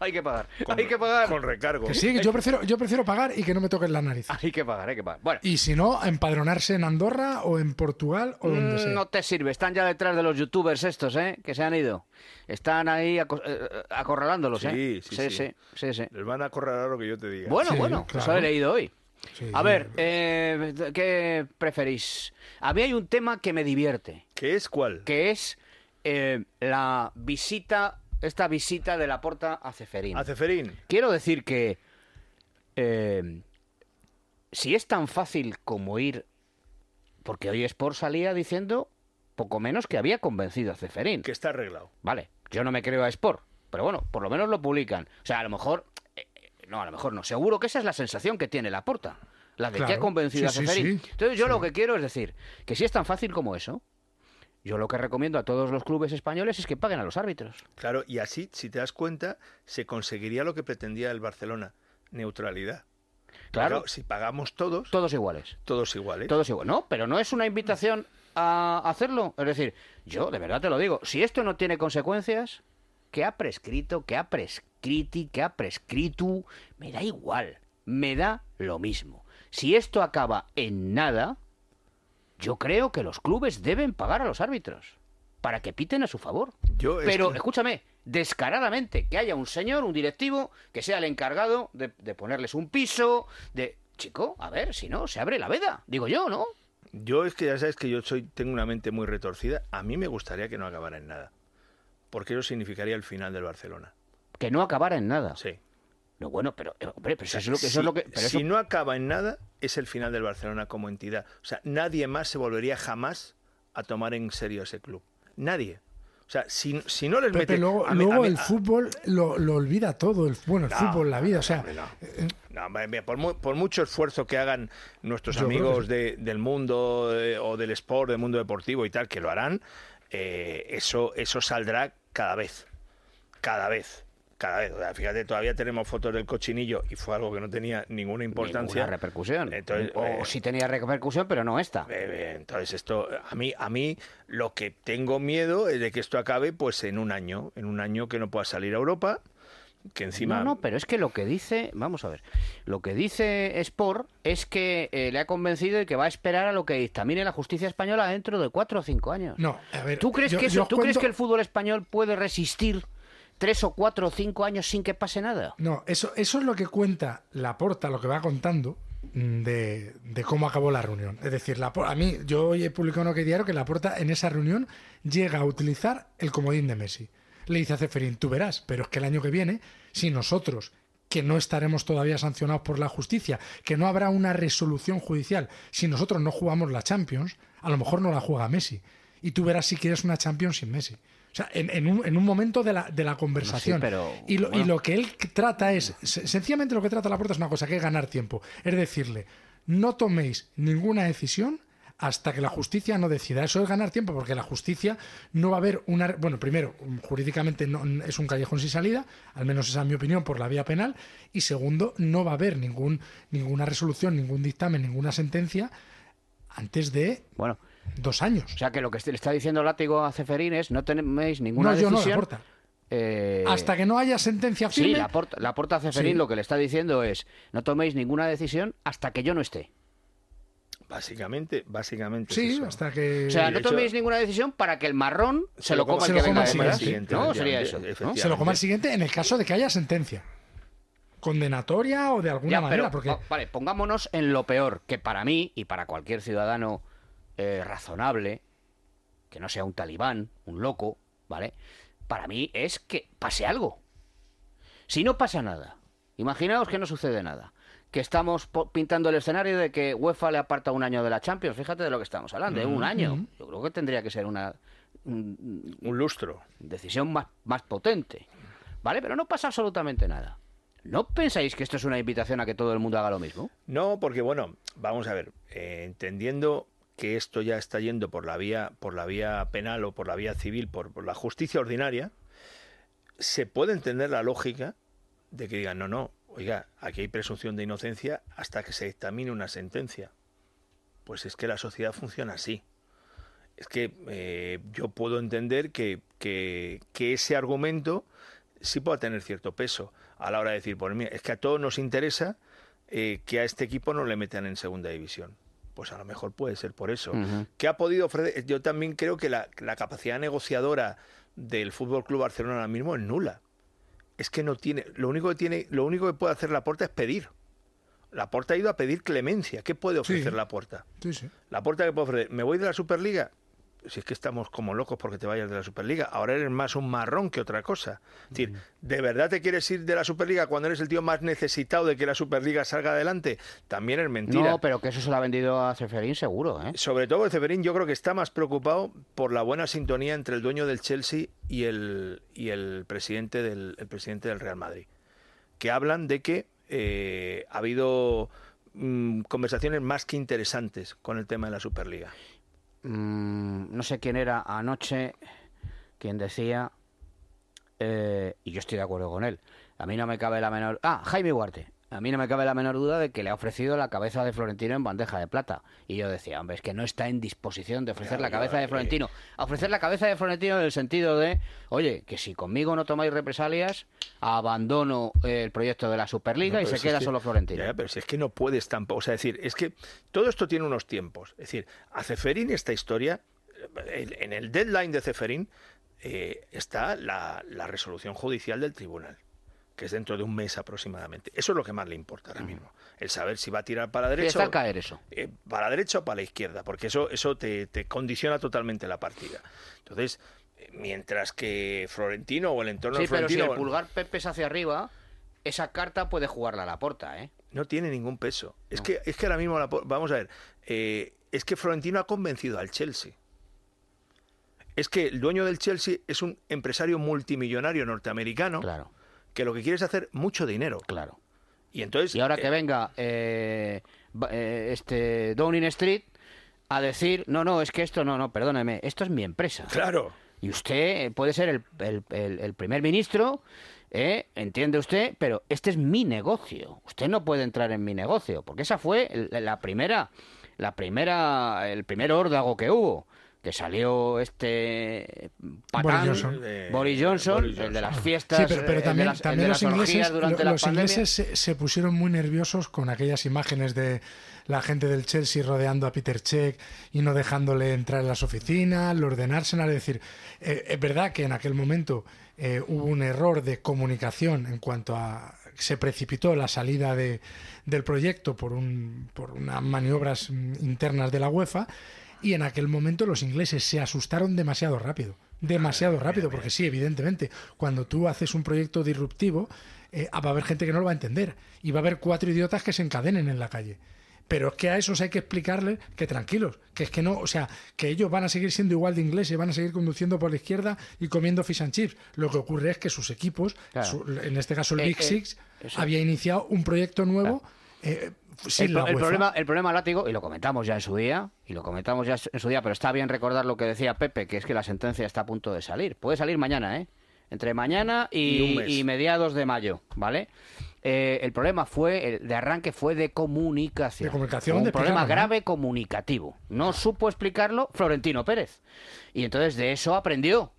[SPEAKER 4] Hay que pagar.
[SPEAKER 5] Con-
[SPEAKER 4] hay que pagar.
[SPEAKER 5] Con recargo.
[SPEAKER 6] Que sí, que yo prefiero, yo prefiero pagar y que no me toquen la nariz.
[SPEAKER 4] Hay que pagar, hay que pagar. Bueno,
[SPEAKER 6] Y si no, empadronarse en Andorra o en Portugal o donde
[SPEAKER 4] mm,
[SPEAKER 6] sea.
[SPEAKER 4] no te sirve. Están ya detrás de los youtubers estos, ¿eh? Que se han ido. Están ahí aco- eh, acorralándolos, ¿eh?
[SPEAKER 5] Sí, sí,
[SPEAKER 4] sí.
[SPEAKER 5] sí.
[SPEAKER 4] sí, sí.
[SPEAKER 5] Les van a correr lo que yo te diga.
[SPEAKER 4] Bueno,
[SPEAKER 6] Sí,
[SPEAKER 4] bueno,
[SPEAKER 6] claro.
[SPEAKER 4] eso he leído hoy.
[SPEAKER 6] Sí.
[SPEAKER 4] A ver, eh, ¿qué preferís? A mí hay un tema que me divierte.
[SPEAKER 5] ¿Qué es cuál?
[SPEAKER 4] que es eh, la visita, esta visita de la porta a Ceferín.
[SPEAKER 5] A Ceferín.
[SPEAKER 4] Quiero decir que eh, si es tan fácil como ir, porque hoy Sport salía diciendo poco menos que había convencido a Ceferín.
[SPEAKER 5] Que está arreglado.
[SPEAKER 4] Vale, yo no me creo a Sport, pero bueno, por lo menos lo publican. O sea, a lo mejor, eh, eh, no, a lo mejor no. Seguro que esa es la sensación que tiene la porta. La de que ha
[SPEAKER 6] Claro.
[SPEAKER 4] convencido
[SPEAKER 6] Sí,
[SPEAKER 4] a
[SPEAKER 6] sí,
[SPEAKER 4] Ceferín.
[SPEAKER 6] sí.
[SPEAKER 4] Entonces yo lo que quiero es decir que si es tan fácil como eso, yo lo que recomiendo a todos los clubes españoles es que paguen a los árbitros.
[SPEAKER 5] Claro, y así, si te das cuenta, se conseguiría lo que pretendía el Barcelona. Neutralidad.
[SPEAKER 4] Claro,
[SPEAKER 5] si pagamos todos,
[SPEAKER 4] todos iguales.
[SPEAKER 5] todos ¿eh? iguales.
[SPEAKER 4] Todos iguales. No, pero no es una invitación a hacerlo. Es decir, yo de verdad te lo digo, si esto no tiene consecuencias, que ha prescrito, que ha prescriti, que ha prescrito, me da igual, me da lo mismo. Si esto acaba en nada, yo creo que los clubes deben pagar a los árbitros para que piten a su favor.
[SPEAKER 5] Yo
[SPEAKER 4] Pero
[SPEAKER 5] estoy-
[SPEAKER 4] escúchame, descaradamente que haya un señor, un directivo, que sea el encargado de, de ponerles un piso, de... Chico, a ver, si no, se abre la veda, digo yo, ¿no?
[SPEAKER 5] Yo es que ya sabes que yo soy, tengo una mente muy retorcida. A mí me gustaría que no acabara en nada. Porque eso significaría el final del Barcelona.
[SPEAKER 4] Que no acabara en nada.
[SPEAKER 5] Sí.
[SPEAKER 4] No, bueno, pero, eh, hombre, pero eso es lo que...
[SPEAKER 5] si,
[SPEAKER 4] Eso es lo que pero
[SPEAKER 5] si
[SPEAKER 4] eso-
[SPEAKER 5] no acaba en nada, es el final del Barcelona como entidad. O sea, nadie más se volvería jamás a tomar en serio ese club. Nadie. O sea, si, si no les
[SPEAKER 6] Pepe,
[SPEAKER 5] mete...
[SPEAKER 6] luego,
[SPEAKER 5] a mí- a
[SPEAKER 6] luego
[SPEAKER 5] mí-
[SPEAKER 6] el
[SPEAKER 5] a-
[SPEAKER 6] fútbol lo, lo olvida todo. El, bueno, el
[SPEAKER 5] No,
[SPEAKER 6] fútbol, la vida. O sea, eh,
[SPEAKER 5] hombre, no. No, madre mía, por, mu- por mucho esfuerzo que hagan nuestros
[SPEAKER 6] Yo creo
[SPEAKER 5] amigos de- del mundo eh, o del sport, del mundo deportivo y tal, que lo harán, eh, eso, eso saldrá cada vez. Cada vez. Cada vez. O sea, fíjate, todavía tenemos fotos del cochinillo y fue algo que no tenía ninguna importancia.
[SPEAKER 4] Ninguna repercusión.
[SPEAKER 5] Entonces,
[SPEAKER 4] o
[SPEAKER 5] eh,
[SPEAKER 4] sí tenía repercusión, pero no esta.
[SPEAKER 5] Eh, eh, Entonces esto a mí a mí lo que tengo miedo es de que esto acabe pues en un año, en un año que no pueda salir a Europa, que encima
[SPEAKER 4] No, no, pero es que lo que dice, vamos a ver, lo que dice Sport es que eh, le ha convencido y que va a esperar a lo que dictamine la justicia española dentro de cuatro o cinco años.
[SPEAKER 6] no, a ver.
[SPEAKER 4] ¿Tú crees
[SPEAKER 6] yo-
[SPEAKER 4] que
[SPEAKER 6] yo
[SPEAKER 4] eso,
[SPEAKER 6] os
[SPEAKER 4] tú crees
[SPEAKER 6] cuento-
[SPEAKER 4] que el fútbol español puede resistir tres o cuatro o cinco años sin que pase nada?
[SPEAKER 6] No, eso, eso es lo que cuenta la porta, lo que va contando mm, de, de cómo acabó la reunión. Es decir, la, Por- a mí, yo hoy he publicado en OK Diario que la porta en esa reunión llega a utilizar el comodín de Messi. Le dice a Ceferín, tú verás, pero es que el año que viene, si nosotros, que no estaremos todavía sancionados por la justicia, que no habrá una resolución judicial, si nosotros no jugamos la Champions, a lo mejor no la juega Messi. Y tú verás si quieres una Champions sin Messi. O sea, en, en un, en un momento de la, de la conversación.
[SPEAKER 4] pero,
[SPEAKER 6] y, lo, y
[SPEAKER 4] bueno.
[SPEAKER 6] lo que él trata es, se- sencillamente lo que trata la puerta es una cosa, que es ganar tiempo. Es decirle, no toméis ninguna decisión hasta que la justicia no decida. Eso es ganar tiempo, porque la justicia no va a haber una... Bueno, primero, mm, jurídicamente no, es un callejón sin salida, al menos esa es mi opinión por la vía penal, y segundo, no va a haber ningún, ninguna resolución, ningún dictamen, ninguna sentencia antes de
[SPEAKER 4] Bueno,
[SPEAKER 6] dos años.
[SPEAKER 4] o sea que lo que le está diciendo Látigo a Ceferín es no tenéis ninguna
[SPEAKER 6] no, yo no, la
[SPEAKER 4] decisión.
[SPEAKER 6] porta.
[SPEAKER 4] eh,
[SPEAKER 6] Hasta que no haya sentencia
[SPEAKER 4] Sí,
[SPEAKER 6] firme...
[SPEAKER 4] la porta, la porta a Ceferín
[SPEAKER 6] Sí.
[SPEAKER 4] lo que le está diciendo es no toméis ninguna decisión hasta que yo no esté.
[SPEAKER 5] básicamente básicamente es
[SPEAKER 6] Sí,
[SPEAKER 5] eso.
[SPEAKER 6] hasta que...
[SPEAKER 4] O sea,
[SPEAKER 5] Y
[SPEAKER 4] no
[SPEAKER 5] de hecho-
[SPEAKER 4] toméis ninguna decisión para que el marrón se, lo coma
[SPEAKER 6] se
[SPEAKER 4] el
[SPEAKER 6] lo
[SPEAKER 4] que venga
[SPEAKER 6] coma el
[SPEAKER 4] detrás.
[SPEAKER 5] siguiente,
[SPEAKER 4] ¿No? Sería eso.
[SPEAKER 5] efectivamente,
[SPEAKER 4] ¿no?
[SPEAKER 6] Se lo coma el siguiente en el caso de que haya sentencia. Condenatoria o de alguna
[SPEAKER 4] Ya,
[SPEAKER 6] manera,
[SPEAKER 4] pero,
[SPEAKER 6] porque
[SPEAKER 4] va- Vale, pongámonos en lo peor, que para mí y para cualquier ciudadano eh, razonable, que no sea un talibán, un loco, ¿vale? Para mí es que pase algo. Si no pasa nada, imaginaos que no sucede nada, que estamos po- pintando el escenario de que UEFA le aparta un año de la Champions, fíjate de lo que estamos hablando, ¿eh? un
[SPEAKER 6] Mm,
[SPEAKER 4] año. Yo creo que tendría que ser una un-
[SPEAKER 5] un lustro.
[SPEAKER 4] decisión más, más potente. ¿Vale? Pero no pasa absolutamente nada. ¿No pensáis que esto es una invitación a que todo el mundo haga lo mismo?
[SPEAKER 5] No, porque bueno, vamos a ver, eh, entendiendo que esto ya está yendo por la vía, por la vía penal o por la vía civil, por, por la justicia ordinaria, se puede entender la lógica de que digan, no, no, oiga, aquí hay presunción de inocencia hasta que se dictamine una sentencia. Pues es que la sociedad funciona así. Es que eh, yo puedo entender que, que- que ese argumento sí pueda tener cierto peso a la hora de decir, pues mira, es que a todos nos interesa eh, que a este equipo no le metan en segunda división. Pues a lo mejor puede ser por eso.
[SPEAKER 4] Ujú.
[SPEAKER 5] ¿Qué ha podido ofrecer? Yo también creo que la, la capacidad negociadora del Fútbol Club Barcelona ahora mismo es nula. Es que no tiene. Lo único que tiene, lo único que puede hacer la es pedir. La ha ido a pedir clemencia. ¿Qué puede ofrecer
[SPEAKER 6] Sí.
[SPEAKER 5] la puerta?
[SPEAKER 6] Sí, sí.
[SPEAKER 5] La puerta que puedo ofrecer. ¿Me voy de la Superliga? Si es que estamos como locos porque te vayas de la Superliga. Ahora eres más un marrón que otra cosa. Es decir, ¿de verdad te quieres ir de la Superliga cuando eres el tío más necesitado de que la Superliga salga adelante? También es mentira.
[SPEAKER 4] No, pero que eso se lo ha vendido a Ceferín seguro, ¿eh?
[SPEAKER 5] Sobre todo Ceferín yo creo que está más preocupado por la buena sintonía entre el dueño del Chelsea y el, y el, presidente, del, el presidente del Real Madrid. Que hablan de que eh, ha habido mm, conversaciones más que interesantes con el tema de la Superliga.
[SPEAKER 4] Mm, no sé quién era anoche quien decía, eh, y yo estoy de acuerdo con él, a mí no me cabe la menor... Ah, Jaime Huarte. A mí no me cabe la menor duda de que le ha ofrecido la cabeza de Florentino en bandeja de plata. Y yo decía, hombre, es que no está en disposición de ofrecer
[SPEAKER 5] Ya,
[SPEAKER 4] la
[SPEAKER 5] ya,
[SPEAKER 4] cabeza de
[SPEAKER 5] eh.
[SPEAKER 4] Florentino. A ofrecer la cabeza de Florentino en el sentido de, oye, que si conmigo no tomáis represalias, abandono eh, el proyecto de la Superliga
[SPEAKER 5] No,
[SPEAKER 4] y
[SPEAKER 5] pero
[SPEAKER 4] se
[SPEAKER 5] si es
[SPEAKER 4] queda
[SPEAKER 5] que-
[SPEAKER 4] solo Florentino.
[SPEAKER 5] Ya, pero si es que no puedes tampoco. O sea, es decir, es que todo esto tiene unos tiempos. Es decir, a Ceferín esta historia, el- en el deadline de Ceferín, eh, está la, la resolución judicial del tribunal, que es dentro de un mes aproximadamente. Eso es lo que más le importa ahora mismo. El saber si va a tirar para la derecha.
[SPEAKER 4] está
[SPEAKER 5] o-
[SPEAKER 4] al caer eso.
[SPEAKER 5] eh, para la derecha o para la izquierda, porque eso, eso te, te condiciona totalmente la partida. Entonces, eh, mientras que Florentino o el entorno
[SPEAKER 4] Sí,
[SPEAKER 5] de
[SPEAKER 4] pero si
[SPEAKER 5] Florentino
[SPEAKER 4] el pulgar Pepe es hacia arriba, esa carta puede jugarla a la porta, ¿eh?
[SPEAKER 5] no tiene ningún peso. Es, que, es que ahora mismo, la po- vamos a ver, eh, es que Florentino ha convencido al Chelsea. Es que el dueño del Chelsea es un empresario multimillonario norteamericano
[SPEAKER 4] Claro,
[SPEAKER 5] que lo que quiere es hacer mucho dinero.
[SPEAKER 4] claro.
[SPEAKER 5] Y entonces...
[SPEAKER 4] Y ahora
[SPEAKER 5] eh,
[SPEAKER 4] que venga eh, ba- eh, este Downing Street a decir, no, no, es que esto, no, no, perdóneme, esto es mi empresa.
[SPEAKER 5] Claro.
[SPEAKER 4] Y usted eh, puede ser el, el- el- el primer ministro, ¿eh? entiende usted, pero este es mi negocio. Usted no puede entrar en mi negocio, porque esa fue el- la primera, la primera, el primer órdago que hubo. Que salió este patán,
[SPEAKER 6] Boris Johnson.
[SPEAKER 5] Eh,
[SPEAKER 4] Boris Johnson,
[SPEAKER 5] Boris Johnson.
[SPEAKER 4] el de las fiestas,
[SPEAKER 6] Sí, pero, pero
[SPEAKER 4] el de
[SPEAKER 6] también,
[SPEAKER 4] las- el de
[SPEAKER 6] también
[SPEAKER 4] las
[SPEAKER 6] los
[SPEAKER 4] orgías
[SPEAKER 6] ingleses,
[SPEAKER 4] durante
[SPEAKER 6] lo-
[SPEAKER 4] la
[SPEAKER 6] los
[SPEAKER 4] pandemia.
[SPEAKER 6] ingleses se, se pusieron muy nerviosos con aquellas imágenes de la gente del Chelsea rodeando a Peter Check y no dejándole entrar en las oficinas, los del Arsenal. Es decir, eh, es verdad que en aquel momento eh, hubo un error de comunicación en cuanto a se precipitó la salida de- del proyecto por, un, por unas maniobras mm, internas de la UEFA y en aquel momento los ingleses se asustaron demasiado rápido. Demasiado rápido, porque sí, evidentemente, cuando tú haces un proyecto disruptivo, eh, va a haber gente que no lo va a entender y va a haber cuatro idiotas que se encadenen en la calle. Pero es que a esos hay que explicarles que tranquilos, que es que no, o sea, que ellos van a seguir siendo igual de ingleses, van a seguir conduciendo por la izquierda y comiendo fish and chips. Lo que ocurre es que sus equipos,
[SPEAKER 4] Claro.
[SPEAKER 6] su- en este caso el
[SPEAKER 4] Eh,
[SPEAKER 6] Big
[SPEAKER 4] eh,
[SPEAKER 6] Six,
[SPEAKER 4] eso.
[SPEAKER 6] había iniciado un proyecto nuevo eh, sin
[SPEAKER 4] el,
[SPEAKER 6] la
[SPEAKER 4] pro- el
[SPEAKER 6] UEFA.
[SPEAKER 4] problema, el problema látigo, y lo comentamos ya en su día, y lo comentamos ya en su día, pero está bien recordar lo que decía Pepe, que es que la sentencia está a punto de salir. Puede salir mañana, ¿eh? Entre mañana
[SPEAKER 5] Y
[SPEAKER 4] y,
[SPEAKER 5] un mes.
[SPEAKER 4] y mediados de mayo, ¿vale? Eh, el problema fue, el de arranque fue de comunicación.
[SPEAKER 6] De comunicación,
[SPEAKER 4] Fue Un
[SPEAKER 6] de
[SPEAKER 4] problema
[SPEAKER 6] explicarlo, ¿no?
[SPEAKER 4] grave comunicativo. No supo explicarlo Florentino Pérez. Y entonces de eso aprendió.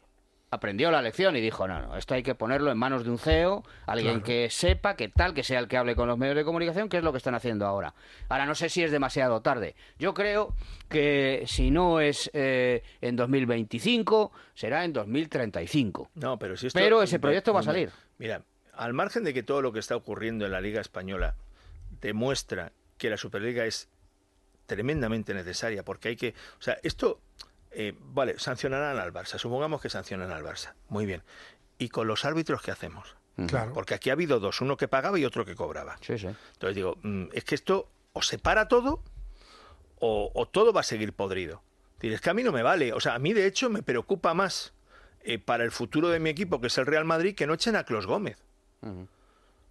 [SPEAKER 4] Aprendió la lección y dijo, no, no, esto hay que ponerlo en manos de un CEO, alguien que sepa, que tal, que sea el que hable con los medios de comunicación, que es lo que están haciendo ahora. Ahora no sé si es demasiado tarde. Yo creo que si no es eh, en 2025, será en 2035.
[SPEAKER 5] No, pero si esto-
[SPEAKER 4] Pero ese proyecto va a salir.
[SPEAKER 5] Mira, al margen de que todo lo que está ocurriendo en la Liga Española demuestra que la Superliga es tremendamente necesaria, porque hay que. O sea, esto. eh, vale, sancionarán al Barça. Supongamos que sancionan al Barça. Muy bien. ¿Y con los árbitros qué hacemos?
[SPEAKER 6] Claro.
[SPEAKER 5] Porque aquí ha habido dos, uno que pagaba y otro que cobraba.
[SPEAKER 4] Sí, sí.
[SPEAKER 5] Entonces digo, mm, es que esto o se para todo o, o todo va a seguir podrido. Dices que a mí no me vale. O sea, a mí de hecho me preocupa más eh, para el futuro de mi equipo, que es el Real Madrid, que no echen a Clos Gómez.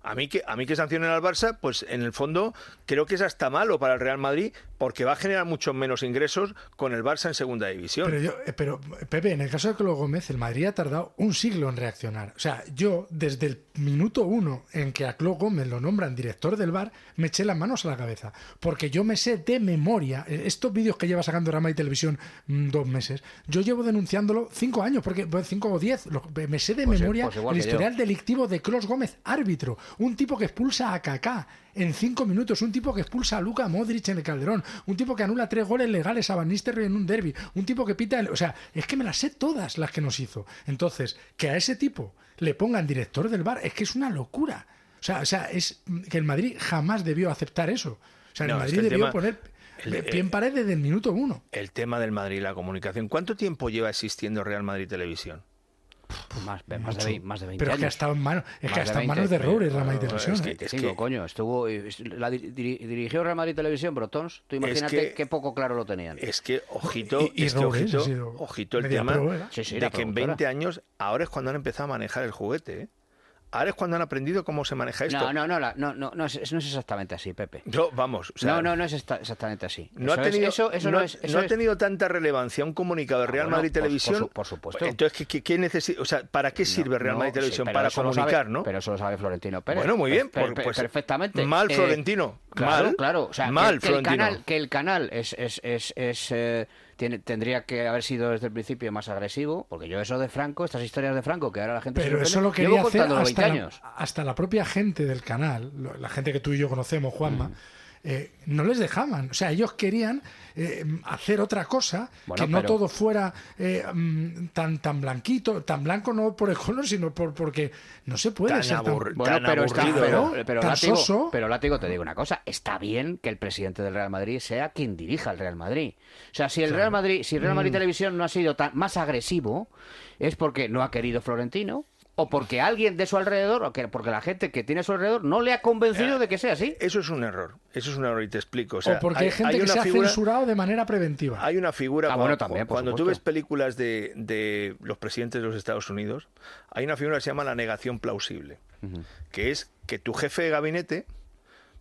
[SPEAKER 5] A mí, que, a mí que sancionen al Barça, pues en el fondo creo que es hasta malo para el Real Madrid porque va a generar muchos menos ingresos con el Barça en segunda división.
[SPEAKER 6] Pero, yo, eh, pero Pepe, en el caso de Colo Gómez, el Madrid ha tardado un siglo en reaccionar. O sea, yo desde el minuto uno en que a Colo Gómez lo nombran director del bar, me eché las manos a la cabeza. Porque yo me sé de memoria eh, estos vídeos que lleva sacando Rama y Televisión mm, dos meses. Yo llevo denunciándolo cinco años, porque pues, cinco o diez. lo- me sé de
[SPEAKER 4] Pues, eh,
[SPEAKER 6] memoria
[SPEAKER 4] pues igual
[SPEAKER 6] el
[SPEAKER 4] que yo.
[SPEAKER 6] historial delictivo de Clos Gómez, árbitro. Un tipo que expulsa a Kaká en cinco minutos. Un tipo que expulsa a Luca Modric en el Calderón. Un tipo que anula tres goles legales a Van Nistelrooy en un derby. Un tipo que pita... El... O sea, es que me las sé todas las que nos hizo. Entonces, que a ese tipo le pongan director del bar es que es una locura. O sea, o sea es que el Madrid jamás debió aceptar eso. O sea,
[SPEAKER 5] No, es
[SPEAKER 6] el Madrid
[SPEAKER 5] que el
[SPEAKER 6] debió
[SPEAKER 5] tema-
[SPEAKER 6] poner
[SPEAKER 5] el- eh,
[SPEAKER 6] pie en pared desde el minuto uno.
[SPEAKER 5] El tema del Madrid y la comunicación. ¿Cuánto tiempo lleva existiendo Real Madrid Televisión?
[SPEAKER 4] Más, más, de,
[SPEAKER 6] Mucho.
[SPEAKER 4] vein- más de 20
[SPEAKER 6] Pero es
[SPEAKER 4] años.
[SPEAKER 6] que ha estado en manos, es
[SPEAKER 4] Más
[SPEAKER 6] que ha
[SPEAKER 4] de
[SPEAKER 6] estado en
[SPEAKER 4] 20,
[SPEAKER 6] manos de
[SPEAKER 4] pero-
[SPEAKER 6] errores, Rama y
[SPEAKER 5] es que-
[SPEAKER 6] Televisión. ¿eh?
[SPEAKER 5] Es
[SPEAKER 4] 25, coño, estuvo eh, es- la di- diri- dirigió Real Madrid Televisión Brotons. Tú imagínate
[SPEAKER 5] que-
[SPEAKER 4] qué poco claro lo tenían.
[SPEAKER 5] Es que, ojito,
[SPEAKER 6] Y- y
[SPEAKER 5] es que
[SPEAKER 6] Raúl, ¿eh?
[SPEAKER 5] ojito,
[SPEAKER 6] Ha sido
[SPEAKER 5] ojito el
[SPEAKER 6] media
[SPEAKER 5] tema
[SPEAKER 6] pro, ¿eh?
[SPEAKER 4] Sí, sí,
[SPEAKER 5] de
[SPEAKER 4] la
[SPEAKER 5] que en
[SPEAKER 4] productora.
[SPEAKER 5] 20 años, ahora es cuando han empezado a manejar el juguete. ¿eh? Ahora es cuando han aprendido cómo se maneja esto.
[SPEAKER 4] No, no, no, la- no, no, no es, no es exactamente así, Pepe.
[SPEAKER 5] Yo, vamos, o sea,
[SPEAKER 4] no, no, no es esta- exactamente así.
[SPEAKER 5] no
[SPEAKER 4] Eso
[SPEAKER 5] ha
[SPEAKER 4] es-
[SPEAKER 5] tenido,
[SPEAKER 4] eso, eso
[SPEAKER 5] no,
[SPEAKER 4] no,
[SPEAKER 5] ha-
[SPEAKER 4] es- eso
[SPEAKER 5] no ha
[SPEAKER 4] es-
[SPEAKER 5] tenido tanta relevancia un comunicado de
[SPEAKER 4] Ah,
[SPEAKER 5] Real
[SPEAKER 4] bueno,
[SPEAKER 5] Madrid
[SPEAKER 4] por- por su-
[SPEAKER 5] Televisión. Pues,
[SPEAKER 4] por supuesto.
[SPEAKER 5] Entonces, ¿qué, qué- qué necesi- o sea, ¿para qué sirve
[SPEAKER 4] no,
[SPEAKER 5] Real
[SPEAKER 4] no,
[SPEAKER 5] Madrid
[SPEAKER 4] sí,
[SPEAKER 5] Televisión?
[SPEAKER 4] pero
[SPEAKER 5] Para
[SPEAKER 4] eso lo
[SPEAKER 5] comunicar,
[SPEAKER 4] sabe-
[SPEAKER 5] ¿no?
[SPEAKER 4] Pero eso lo sabe Florentino Pérez.
[SPEAKER 5] Bueno, muy bien,
[SPEAKER 4] Per-
[SPEAKER 5] por-
[SPEAKER 4] per-
[SPEAKER 5] pues,
[SPEAKER 4] perfectamente. eh,
[SPEAKER 5] mal Florentino,
[SPEAKER 4] Claro,
[SPEAKER 5] mal,
[SPEAKER 4] claro. O sea,
[SPEAKER 5] mal
[SPEAKER 4] que, que el
[SPEAKER 5] Florentino.
[SPEAKER 4] canal, que el canal es, es, es, es, eh, tiene- tendría que haber sido desde el principio más agresivo, porque yo eso de Franco, estas historias de Franco, que ahora la gente... se
[SPEAKER 6] Pero eso
[SPEAKER 4] sorprende,
[SPEAKER 6] lo quería
[SPEAKER 4] llevo
[SPEAKER 6] hacer
[SPEAKER 4] contándolo 20
[SPEAKER 6] hasta la,
[SPEAKER 4] años.
[SPEAKER 6] hasta la propia gente del canal, lo- la gente que tú y yo conocemos, Juanma, eh, no les dejaban. O sea, ellos querían eh, hacer otra cosa,
[SPEAKER 4] Bueno,
[SPEAKER 6] que no
[SPEAKER 4] pero-
[SPEAKER 6] todo fuera eh, mm, tan, tan blanquito, tan blanco no por el color, sino por, porque no se puede
[SPEAKER 5] Tan
[SPEAKER 6] ser tan-
[SPEAKER 5] aburri-
[SPEAKER 4] Bueno,
[SPEAKER 5] tan
[SPEAKER 4] pero, está,
[SPEAKER 5] aburrido,
[SPEAKER 4] pero,
[SPEAKER 6] ¿no?
[SPEAKER 4] pero,
[SPEAKER 6] Tan
[SPEAKER 4] látigo,
[SPEAKER 6] soso.
[SPEAKER 4] pero Látigo te digo una cosa, está bien que el presidente del Real Madrid sea quien dirija el Real Madrid. O sea, si el Real Madrid, si Real
[SPEAKER 6] Mm.
[SPEAKER 4] Madrid Televisión no ha sido tan, más agresivo, es porque no ha querido Florentino o porque alguien de su alrededor, o que, porque la gente que tiene a su alrededor no le ha convencido de que sea así.
[SPEAKER 5] Eso es un error. Eso es un error y te explico. O,
[SPEAKER 6] O,
[SPEAKER 5] sea,
[SPEAKER 6] porque hay, gente que
[SPEAKER 5] una
[SPEAKER 6] se ha
[SPEAKER 5] figura-
[SPEAKER 6] censurado de manera preventiva.
[SPEAKER 5] Hay una figura.
[SPEAKER 4] Ah,
[SPEAKER 5] cua-
[SPEAKER 4] bueno, también,
[SPEAKER 5] cua-
[SPEAKER 4] por
[SPEAKER 5] cuando tú
[SPEAKER 4] supuesto.
[SPEAKER 5] ves películas de, de los presidentes de los Estados Unidos, hay una figura que se llama la negación plausible, que es que tu jefe de gabinete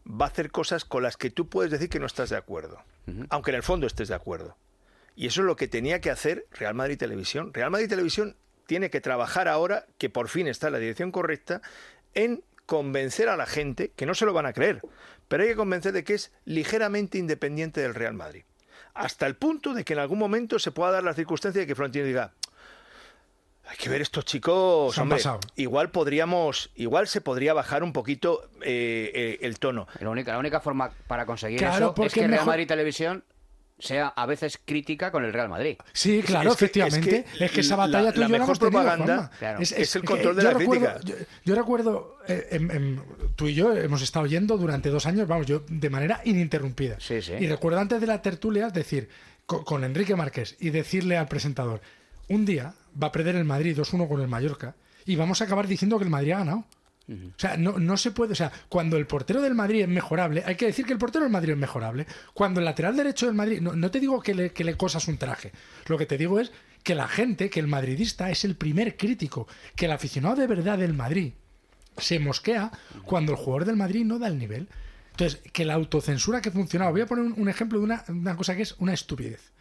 [SPEAKER 5] va a hacer cosas con las que tú puedes decir que no estás de acuerdo, aunque en el fondo estés de acuerdo. Y eso es lo que tenía que hacer Real Madrid Televisión. Real Madrid Televisión tiene que trabajar ahora, que por fin está en la dirección correcta, en convencer a la gente, que no se lo van a creer, pero hay que convencer de que es ligeramente independiente del Real Madrid. Hasta el punto de que en algún momento se pueda dar la circunstancia de que Florentino diga, hay que ver estos chicos,
[SPEAKER 6] Se han
[SPEAKER 5] hombre,
[SPEAKER 6] pasado".
[SPEAKER 5] igual podríamos, igual se podría bajar un poquito eh, eh, el tono.
[SPEAKER 4] La única, la única forma para conseguir
[SPEAKER 6] Claro,
[SPEAKER 4] eso
[SPEAKER 6] porque
[SPEAKER 4] es que
[SPEAKER 6] es
[SPEAKER 4] Real
[SPEAKER 6] mejor-
[SPEAKER 4] Madrid Televisión sea a veces crítica con el Real Madrid.
[SPEAKER 6] Sí, claro,
[SPEAKER 5] es que- es que
[SPEAKER 6] efectivamente. Es que, esa
[SPEAKER 5] la-
[SPEAKER 6] batalla tú y
[SPEAKER 5] la
[SPEAKER 6] yo la
[SPEAKER 5] mejor
[SPEAKER 6] hemos tenido,
[SPEAKER 5] propaganda
[SPEAKER 6] Juanma.
[SPEAKER 4] Claro.
[SPEAKER 5] es el
[SPEAKER 6] que
[SPEAKER 5] control de
[SPEAKER 6] yo
[SPEAKER 5] la
[SPEAKER 6] recuerdo-
[SPEAKER 5] crítica.
[SPEAKER 6] Yo, yo recuerdo, eh, em, em, tú y yo hemos estado yendo durante dos años, vamos, yo de manera ininterrumpida.
[SPEAKER 4] Sí, sí.
[SPEAKER 6] Y recuerdo antes de la tertulia decir co- con, Enrique Márquez y decirle al presentador, un día va a perder el Madrid 2-1 con el Mallorca y vamos a acabar diciendo que el Madrid ha ganado. O sea, no, no se puede. O sea, cuando el portero del Madrid es mejorable, hay que decir que el portero del Madrid es mejorable. Cuando el lateral derecho del Madrid. No, no te digo que le, que le cosas un traje. Lo que te digo es que la gente, que el madridista es el primer crítico. Que el aficionado de verdad del Madrid se mosquea cuando el jugador del Madrid no da el nivel. Entonces, que la autocensura que funcionaba. Voy a poner un, un ejemplo de una, una cosa que es una estupidez.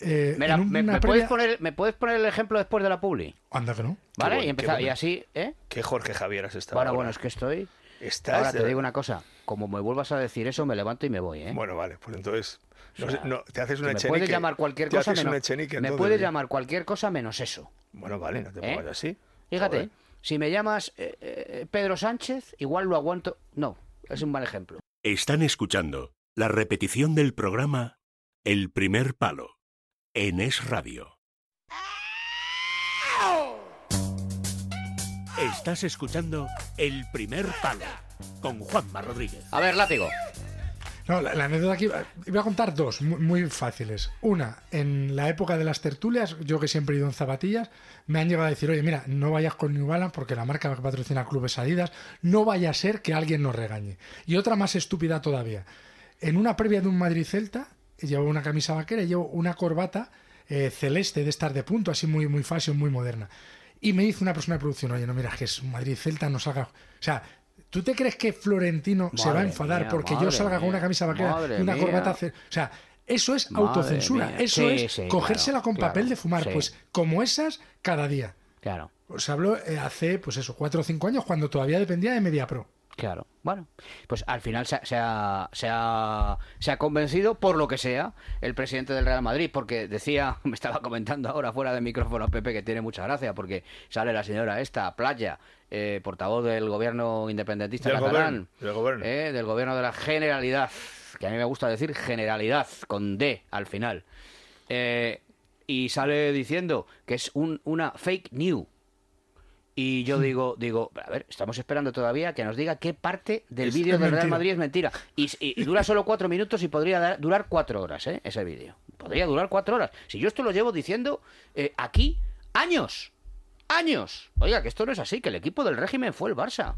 [SPEAKER 6] Eh,
[SPEAKER 4] Me, la-
[SPEAKER 6] en un-
[SPEAKER 4] me-
[SPEAKER 6] una
[SPEAKER 4] me
[SPEAKER 6] previa-
[SPEAKER 4] puedes poner, ¿Me puedes poner el ejemplo después de la publi?
[SPEAKER 6] Anda que no.
[SPEAKER 4] ¿Vale?
[SPEAKER 5] bueno,
[SPEAKER 4] y,
[SPEAKER 5] qué
[SPEAKER 4] empezar,
[SPEAKER 5] bueno.
[SPEAKER 4] y así, ¿eh?
[SPEAKER 5] Que Jorge Javier has estado.
[SPEAKER 4] Ahora,
[SPEAKER 5] ahora.
[SPEAKER 4] bueno, es que estoy...
[SPEAKER 5] Estás
[SPEAKER 4] Ahora
[SPEAKER 5] de-
[SPEAKER 4] te digo una cosa, como me vuelvas a decir eso, me levanto y me voy, ¿eh?
[SPEAKER 5] ¿eh? Bueno, vale, pues entonces. No,
[SPEAKER 4] O sea,
[SPEAKER 5] sé, no, te haces una
[SPEAKER 4] me
[SPEAKER 5] echenique.
[SPEAKER 4] puedes llamar cualquier
[SPEAKER 5] Te
[SPEAKER 4] cosa
[SPEAKER 5] haces
[SPEAKER 4] menos.
[SPEAKER 5] una echenique,
[SPEAKER 4] me
[SPEAKER 5] entonces,
[SPEAKER 4] puedes
[SPEAKER 5] ¿eh?
[SPEAKER 4] llamar cualquier cosa menos eso.
[SPEAKER 5] Bueno, vale, no te
[SPEAKER 4] ¿eh?
[SPEAKER 5] pongas así.
[SPEAKER 4] Fíjate,
[SPEAKER 5] Joder.
[SPEAKER 4] si me llamas eh, eh, Pedro Sánchez, igual lo aguanto. No, es un mal ejemplo.
[SPEAKER 11] Están escuchando la repetición del programa El primer palo en Es Radio. Estás escuchando El primer palo con Juanma Rodríguez.
[SPEAKER 4] A ver, látigo.
[SPEAKER 6] No, la, la anécdota aquí. Voy a contar dos muy, muy fáciles. Una, en la época de las tertulias, yo que siempre he ido en zapatillas, me han llegado a decir, oye, mira, no vayas con New Balance porque la marca que patrocina clubes salidas, no vaya a ser que alguien nos regañe. Y otra más estúpida todavía. En una previa de un Madrid Celta, llevo una camisa vaquera y llevo una corbata eh, celeste de estar de punto, así muy, muy fashion, muy moderna. Y me dice una persona de producción, oye, no, mira, que es un Madrid Celta, no salga. O sea, ¿tú te crees que Florentino se va a
[SPEAKER 4] Madre
[SPEAKER 6] enfadar
[SPEAKER 4] mía,
[SPEAKER 6] porque yo
[SPEAKER 4] madre
[SPEAKER 6] salga con
[SPEAKER 4] mía,
[SPEAKER 6] una camisa vaquera
[SPEAKER 4] madre
[SPEAKER 6] y una
[SPEAKER 4] mía.
[SPEAKER 6] corbata ce- O sea, eso es
[SPEAKER 4] Madre
[SPEAKER 6] autocensura.
[SPEAKER 4] mía.
[SPEAKER 6] Eso
[SPEAKER 4] Sí,
[SPEAKER 6] es
[SPEAKER 4] sí,
[SPEAKER 6] cogérsela
[SPEAKER 4] claro,
[SPEAKER 6] con
[SPEAKER 4] claro,
[SPEAKER 6] papel de fumar.
[SPEAKER 4] sí.
[SPEAKER 6] Pues como esas, cada día.
[SPEAKER 4] Claro,
[SPEAKER 6] Os hablo eh, hace, pues eso, cuatro o cinco años, cuando todavía dependía de MediaPro.
[SPEAKER 4] claro. Bueno, pues al final se, ha- se ha, se, ha, se ha convencido, por lo que sea, el presidente del Real Madrid, porque decía, me estaba comentando ahora fuera de micrófono Pepe, que tiene mucha gracia, porque sale la señora esta, Playa, eh, portavoz del gobierno independentista
[SPEAKER 5] Del
[SPEAKER 4] catalán.
[SPEAKER 5] gobierno, del gobierno.
[SPEAKER 4] eh, eh, del gobierno de la generalidad, que a mí me gusta decir generalidad, con D al final. Eh, y sale diciendo que es un, una fake news. Y yo digo, digo, a ver, estamos esperando todavía que nos diga qué parte del
[SPEAKER 6] Es
[SPEAKER 4] vídeo del Real
[SPEAKER 6] mentira.
[SPEAKER 4] Madrid es mentira. Y, y- y dura solo cuatro minutos y podría dar- durar cuatro horas, ¿eh? Ese vídeo. Podría durar cuatro horas. Si yo esto lo llevo diciendo eh, aquí años. Años. Oiga, que esto no es así, que el equipo del régimen fue el Barça.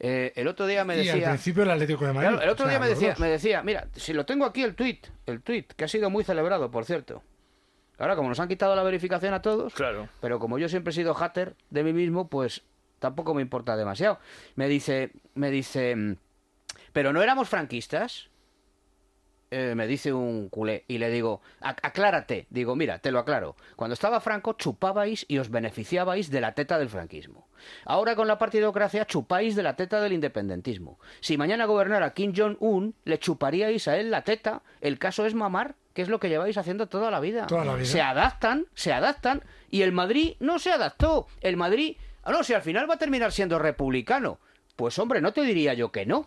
[SPEAKER 4] Eh, el otro día me
[SPEAKER 6] y
[SPEAKER 4] decía...
[SPEAKER 6] al principio el Atlético de Madrid.
[SPEAKER 4] Claro, el otro
[SPEAKER 6] O sea,
[SPEAKER 4] día me
[SPEAKER 6] los
[SPEAKER 4] decía,
[SPEAKER 6] dos.
[SPEAKER 4] me decía, mira, si lo tengo aquí el tweet, el tweet que ha sido muy celebrado, por cierto. Ahora como nos han quitado la verificación a todos,
[SPEAKER 5] Claro.
[SPEAKER 4] pero como yo siempre he sido hater de mí mismo, pues tampoco me importa demasiado. Me dice, me dice, mm, pero no éramos franquistas. Eh, me dice un culé y le digo, "Ac- aclárate. Digo, mira, te lo aclaro. Cuando estaba Franco chupabais y os beneficiabais de la teta del franquismo. Ahora con la partidocracia chupáis de la teta del independentismo. Si mañana gobernara Kim Jong-un, le chuparíais a él la teta. El caso es mamar, que es lo que lleváis haciendo toda la vida.
[SPEAKER 6] Toda la vida.
[SPEAKER 4] Se adaptan, se adaptan. Y el Madrid no se adaptó. El Madrid, ah, no, si al final va a terminar siendo republicano. Pues hombre, no te diría yo que no.